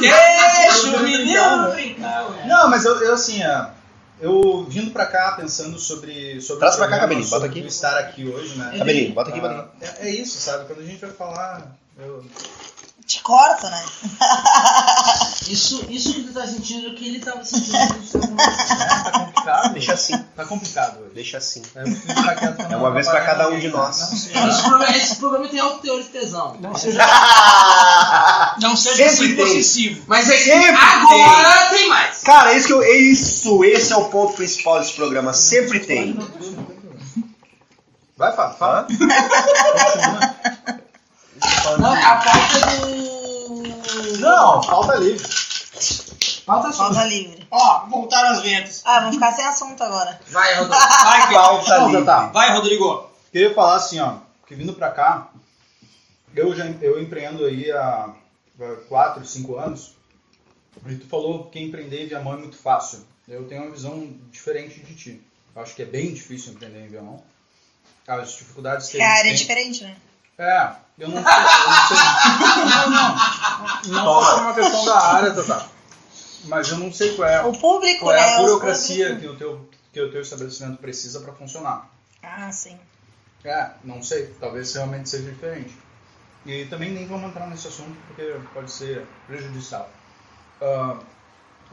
Deixa o Eu não sei menino brincar, Então, brincar, ué. Não, mas eu, eu, assim, ó, eu vindo pra cá pensando sobre. sobre Traz o pra cá, programa, Cabelinho, sobre bota aqui. eu estar aqui hoje, né? Cabelinho, bota aqui, bota Ah, é, é isso, sabe? Quando a gente vai falar. eu- Te corto, né? Isso, isso que tu tá sentindo é o que ele tava sentindo. isso é uma- Tá complicado. Deixa assim. Tá complicado hoje. Deixa assim. É, eu prefiro ficar quieto pra É não uma vez pra atrapalhar cada um de ninguém, nós. né? Não sei. Esse programa, esse programa tem alto teor de tesão. Não seja, Não seja assim Sempre tem. possessivo. Mas é que Sempre agora tem mais. Cara, é isso, que eu- isso, esse é o ponto principal desse programa. Sempre tem. Vai, Fábio, fala. Não, é a pauta do. Não, falta livre. Falta Falta livre. Ó, voltaram as ventas. Ah, vamos ficar sem assunto agora. Vai, Rodolfo. Vai, Fê. Falta Não, livre. tá. Vai, Rodrigo. Queria falar assim, ó, que vindo pra cá, eu já eu empreendo aí há 4, 5 anos. E tu falou que empreender em Viamão é muito fácil. Eu tenho uma visão diferente de ti. Eu acho que é bem difícil empreender em Viamão. As dificuldades que É a área tem- diferente, né? É, eu não sei. Eu não, sei não, não. Não só por uma questão da área, Tata. Mas eu não sei qual é, O público, qual é né? a Os burocracia que o públicos. teu, que o teu estabelecimento precisa para funcionar. Ah, sim. É, não sei. Talvez realmente seja diferente. E também nem vamos entrar nesse assunto porque pode ser prejudicial. Ah,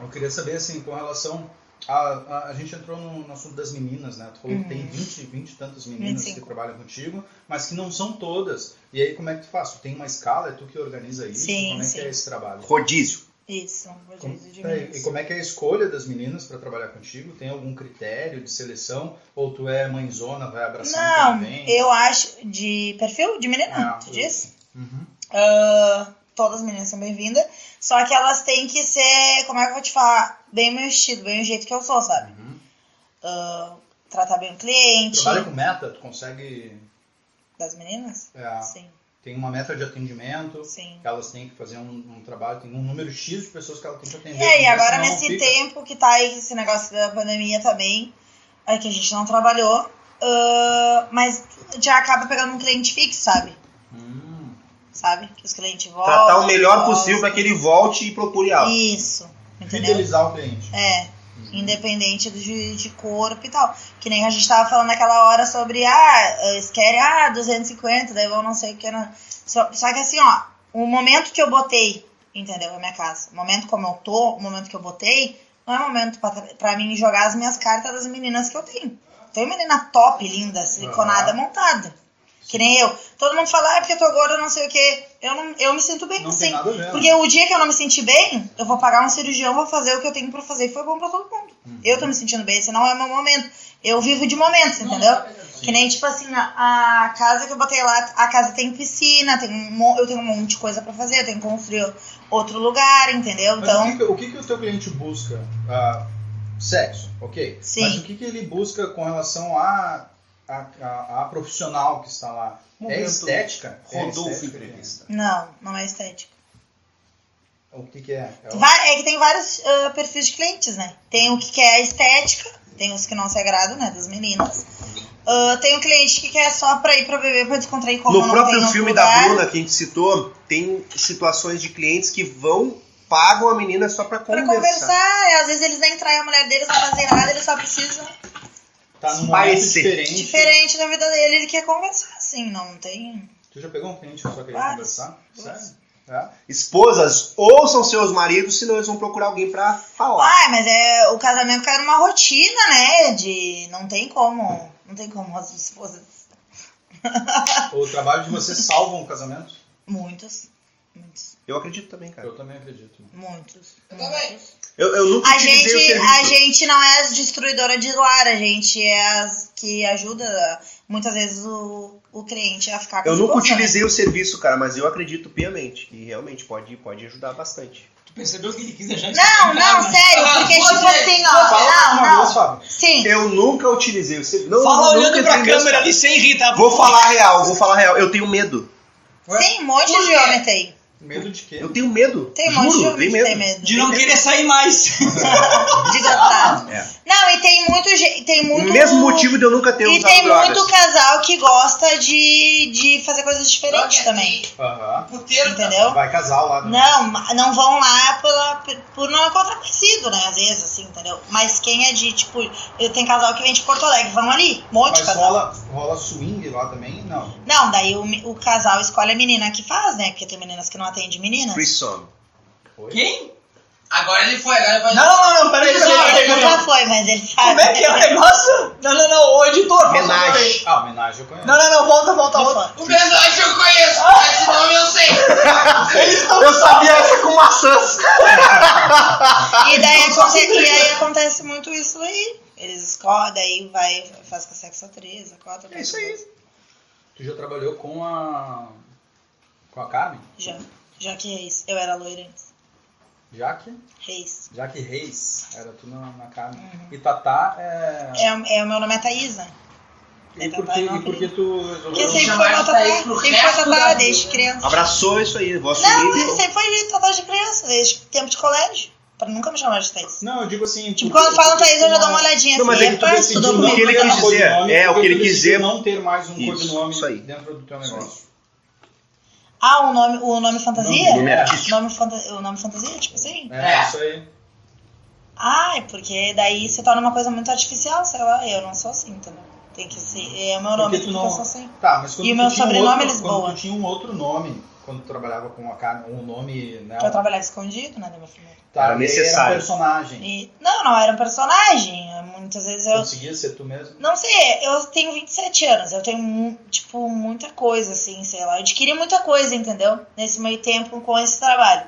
eu queria saber, assim, com relação. A, a, a gente entrou no, no assunto das meninas, né? Tu falou que Uhum. tem 20, 20 e tantas meninas 25. que trabalham contigo, mas que não são todas. E aí, como é que tu faz? Tu tem uma escala? É tu que organiza isso? Sim, como é sim. que é esse trabalho? Rodízio. Isso. Vou Como- dizer de Tá, e- menos. e como é que é a escolha das meninas para trabalhar contigo? Tem algum critério de seleção? Ou tu é mãezona, vai Tá abraçar Não, quem vem? eu acho. De perfil? De menina, Ah, tu diz? Uhum. Ah, todas as meninas são bem-vindas. Só que elas têm que ser, como é que eu vou te falar? Bem o meu estilo, bem o jeito que eu sou, sabe? Uhum. Ah, tratar bem o cliente. Trabalha com meta, tu consegue. Das meninas? Ah. é, Sim, tem uma meta de atendimento, sim. que elas têm que fazer um, um trabalho, tem um número X de pessoas que elas têm que um atender. É, e porque agora senão nesse fica- tempo que tá aí esse negócio da pandemia também, é que a gente não trabalhou, ah, mas já acaba pegando um cliente fixo, sabe? Hum, Sabe? Que os clientes voltam. Tratar o melhor voltam. possível para que ele volte e procure algo. Isso, entendeu? fidelizar o cliente. Hum, É, independente de, de corpo e tal. Que nem a gente tava falando naquela hora sobre, ah, eles querem, ah, 250, daí vão não sei o que. Não. Só, só que assim, ó, o momento que eu botei, entendeu, na minha casa, o momento como eu tô, o momento que eu botei, não é momento pra, pra mim jogar as minhas cartas das meninas que eu tenho. Tem menina top, linda, siliconada, montada. Que nem eu. Todo mundo fala, ah, porque eu tô gorda, não sei o que. Eu, não, eu me sinto bem Não assim. tem nada a ver. Porque o dia que eu não me sentir bem, eu vou pagar um cirurgião, vou fazer o que eu tenho pra fazer e foi bom pra todo mundo. Uhum. Eu tô me sentindo bem, esse não é o meu momento. Eu vivo de momentos, entendeu? Que nem, tipo assim, a, a casa que eu botei lá, a casa tem piscina, tem um, mon- eu tenho um monte de coisa pra fazer, eu tenho que construir outro lugar, entendeu? Mas o, Então, que, que- o que, que o teu cliente busca? Ah, sexo, ok. Sim. Mas o que, que ele busca com relação à a, a, a profissional que está lá? é Momento estética? é Rodolfo estética, entrevista. não, não é estética. O que, que é? É o- Vai- é que tem vários ah, perfis de clientes, né? Tem o que quer a estética, tem os que não se agradam, né? Das meninas. Ah, tem o cliente que quer só pra ir pra beber, pra descontrair como No não próprio tem outro filme lugar. da Bruna que a gente citou, tem situações de clientes que vão, pagam a menina só pra Pra conversar. conversar, e às vezes eles nem traem a mulher deles, não fazem nada, eles só precisam. Tá num momento Parecer. diferente. Diferente da vida dele, ele quer conversar, assim, não tem. Tu já pegou um cliente que só queria Vários. conversar? Vários. Sério? É? Esposas, ouçam seus maridos, senão eles vão procurar alguém pra falar. Ah, mas é, o casamento cai numa rotina, né? De. Não tem como. Não tem como as esposas. O trabalho de vocês salva um casamento? Muitos. Muitos. Eu acredito também, É. cara. Eu também acredito. Muitos. também. Eu, eu nunca A utilizei o gente, serviço. a gente não é as destruidoras de lar, a gente é as que ajuda muitas vezes o, o cliente a ficar com Eu as nunca bolsas, né? utilizei o serviço, cara, mas eu acredito piamente que realmente pode, pode ajudar bastante. Tu percebeu que ele quis deixar de Não, não, sério, Ah, porque você- tipo assim, Fala ó. mais uma Não, vez, não. Fábio. Sim. Eu nunca utilizei o serviço. Não, Fala não, olhando nunca pra entrei nessa. câmera ali sem irritar. Vou falar a real, vou falar a real. Eu tenho medo. Sim, um monte Por de quê? homem tem. Medo de quê? Eu tenho medo. Tem um juro, monte de homem tenho que medo. tem medo. De não querer sair mais. De gostado. É. Não, e tem muito. ge- Tem O muito mesmo motivo de eu nunca ter E usado tem drogas. muito casal que gosta de, de fazer coisas é diferentes também. assim, Aham. Puteiro, Entendeu? Vai casar lá. né? Não, ma- não vão lá pela, por não encontrar conhecido, né? Às vezes, assim, entendeu? Mas quem é de, tipo, eu tenho casal que vem de Porto Alegre, vão ali, um monte de Mas casal. rola, rola swing lá também? Não. Não, daí o, me- o casal escolhe a menina que faz, né? Porque tem meninas que não atendem meninas. Frisson. Quem? Agora ele foi, agora ele vai. Não, não, não, peraí, Não, peraí. ele peraí, peraí. né? nunca foi, mas ele sabe. Como é que é o negócio? Não, não, não, o editor. por favor, Menage. aí. Ah, homenagem eu conheço. Não, não, não, volta, volta, Me volta. O personagem eu conheço, mas esse nome eu sei. Eu sabia essa com maçãs. E daí Então, aconte- e aí acontece muito isso aí. Eles escolhem, daí vai, faz com a sexo 3, a 4. É isso aí. Tu já trabalhou com a. com a Carmen? Já, já que Reis. Eu era loira antes. Jaque? Reis. Jaque Reis. Era tu na, na Carmen. Uhum. E Tatá é. É, o- é, o meu nome é Thaísa. e, é por Tatá que, não e por que acredito. tu Porque resolveu. assim, sei- sempre chamar de foi meu Thaís tatá, pro sempre foi resto da tatá vida, desde né? criança. Abraçou isso aí, vou Não, é- assumir. eu sempre foi de tatá de criança, desde tempo de colégio. Pra nunca me chamar de Thaís. Não, eu digo assim. Tipo, porque- quando falam Thaís, eu já dou uma olhadinha Não, assim. mas é que tu epa, decidiu estudou não comigo, que ele tá? quis dizer. É, o que ele Porque tu quis decidiu dizer. não ter mais um Isso, codinome isso aí. dentro do teu Isso aí. negócio. Ah, o nome, o nome fantasia? Nome O artístico. nome, fanta- o nome fantasia, tipo assim? É, É. isso aí. Ah, é porque daí se torna uma coisa muito artificial, sei lá. Eu não sou assim, entendeu? Tem que ser. É o meu Porque nome, tu tem não- que ser assim. Tá, mas quando E tu o meu tinha um sobrenome é outro, Lisboa. Quando tu tinha um outro nome, quando tu trabalhava com a Carmen, um nome, né? Eu trabalhava escondido, né, da minha família. tá, Era e necessário. Era um personagem. E, não, não, era um personagem. Muitas vezes eu Conseguia ser tu mesmo? Não sei, eu tenho 27 anos, eu tenho, mu- tipo, muita coisa, assim, sei lá. Eu adquiri muita coisa, entendeu? Nesse meio tempo com esse trabalho.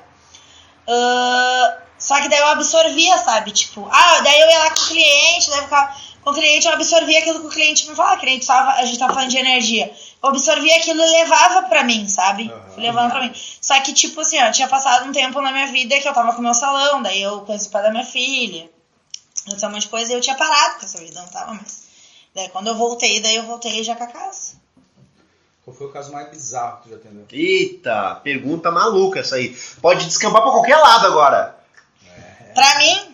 Ahn, só que daí eu absorvia, sabe? Tipo, ah, daí eu ia lá com o cliente, daí eu ficava com o cliente, eu absorvia aquilo que o cliente me falava. O cliente tava, a gente tava falando de energia. Eu absorvia aquilo e levava pra mim, sabe? Aham. Fui levando pra mim. Só que, tipo assim, ó, tinha passado um tempo na minha vida que eu tava com o meu salão, daí eu conheci o pai da minha filha. Eu tinha um monte de coisa e eu tinha parado com essa vida, não tava mais. Daí quando eu voltei, daí eu voltei já com a casa. Qual foi o caso mais bizarro que tu já atendeu? Eita, pergunta maluca essa aí. Pode descambar pra qualquer lado agora. É. Pra mim,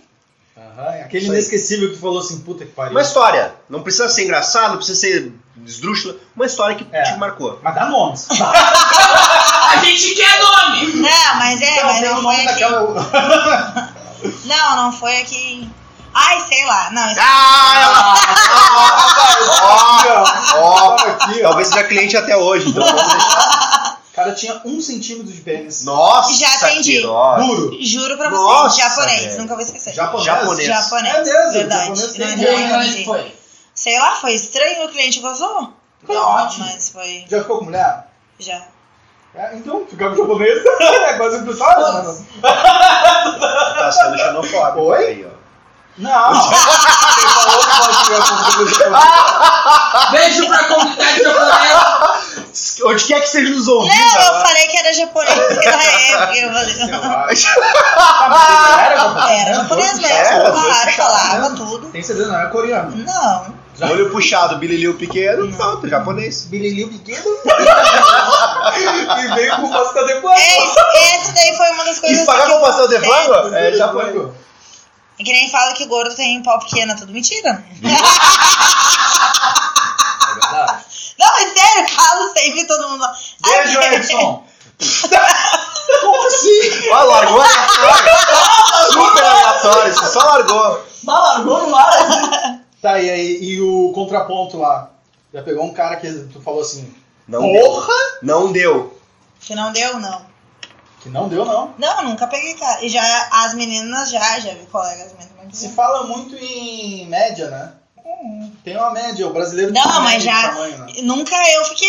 Aham, é aquele Isso aí. inesquecível que falou assim, puta que pariu. Uma história. Não precisa ser engraçado, não precisa ser esdrúxula. Uma história que É. te marcou. Mas dá nomes. A gente quer nome! não, mas é, mas tem não o foi nome aqui. daquela. Não, não foi aqui. Ai, sei lá. Não, isso... Ah, Ó, ó, ó. aqui, ó. Talvez seja cliente até hoje, então vamos deixar. O cara tinha um centímetro de pênis. Nossa, Já atendi. que nossa. Duro. juro pra vocês, Nossa, japonês, velho. nunca vou esquecer. Japonês. Japonês. Japonês, É mesmo, verdade. japonês tem Não, E aí, não, quando ele não, foi? Sei lá, foi estranho, o cliente gozou. Foi ótimo. Mas foi, Já ficou com mulher? já. É, então, ficava japonês. É quase um pessoal. Tá sendo xenofóbico. Oi? Aí, ó. Não. Você falou que pode ficar com mulher japonesa. Beijo pra comunidade japonesa! Onde quer que seja nos tá ouvidos. Não, eu né? agora. falei que era japonês, porque na época eu falei. Ah, mas ele era japonês? Era japonês Era, mesmo, falava, falava tudo. Tem certeza, não era coreano. Não. Olho puxado, bililiu pequeno, pronto, japonês. Bililiu pequeno. e veio com pasta de pano. É, isso, essa daí foi uma das coisas E pagar que pra eu passar o de gostei. frango? É, japonês. É que nem fala que gordo tem pau pequeno, é tudo mentira. né? Não, é sério, falo sempre todo mundo. Beijo, Ai, Edson. assim? Ó, largou aleatório. Super aleatório, você só largou. Mas largou no ar. Tá, e aí, e o contraponto lá? Já pegou um cara que tu falou assim, Não Porra! deu. Não deu. Que não deu, não. que não deu, não. Não, nunca peguei cara. E já as meninas já, já vi colegas minhas também. Se que- fala muito em média, né? Tem uma média, o brasileiro tem Não, uma mas média de já. tamanho, né? Nunca eu fiquei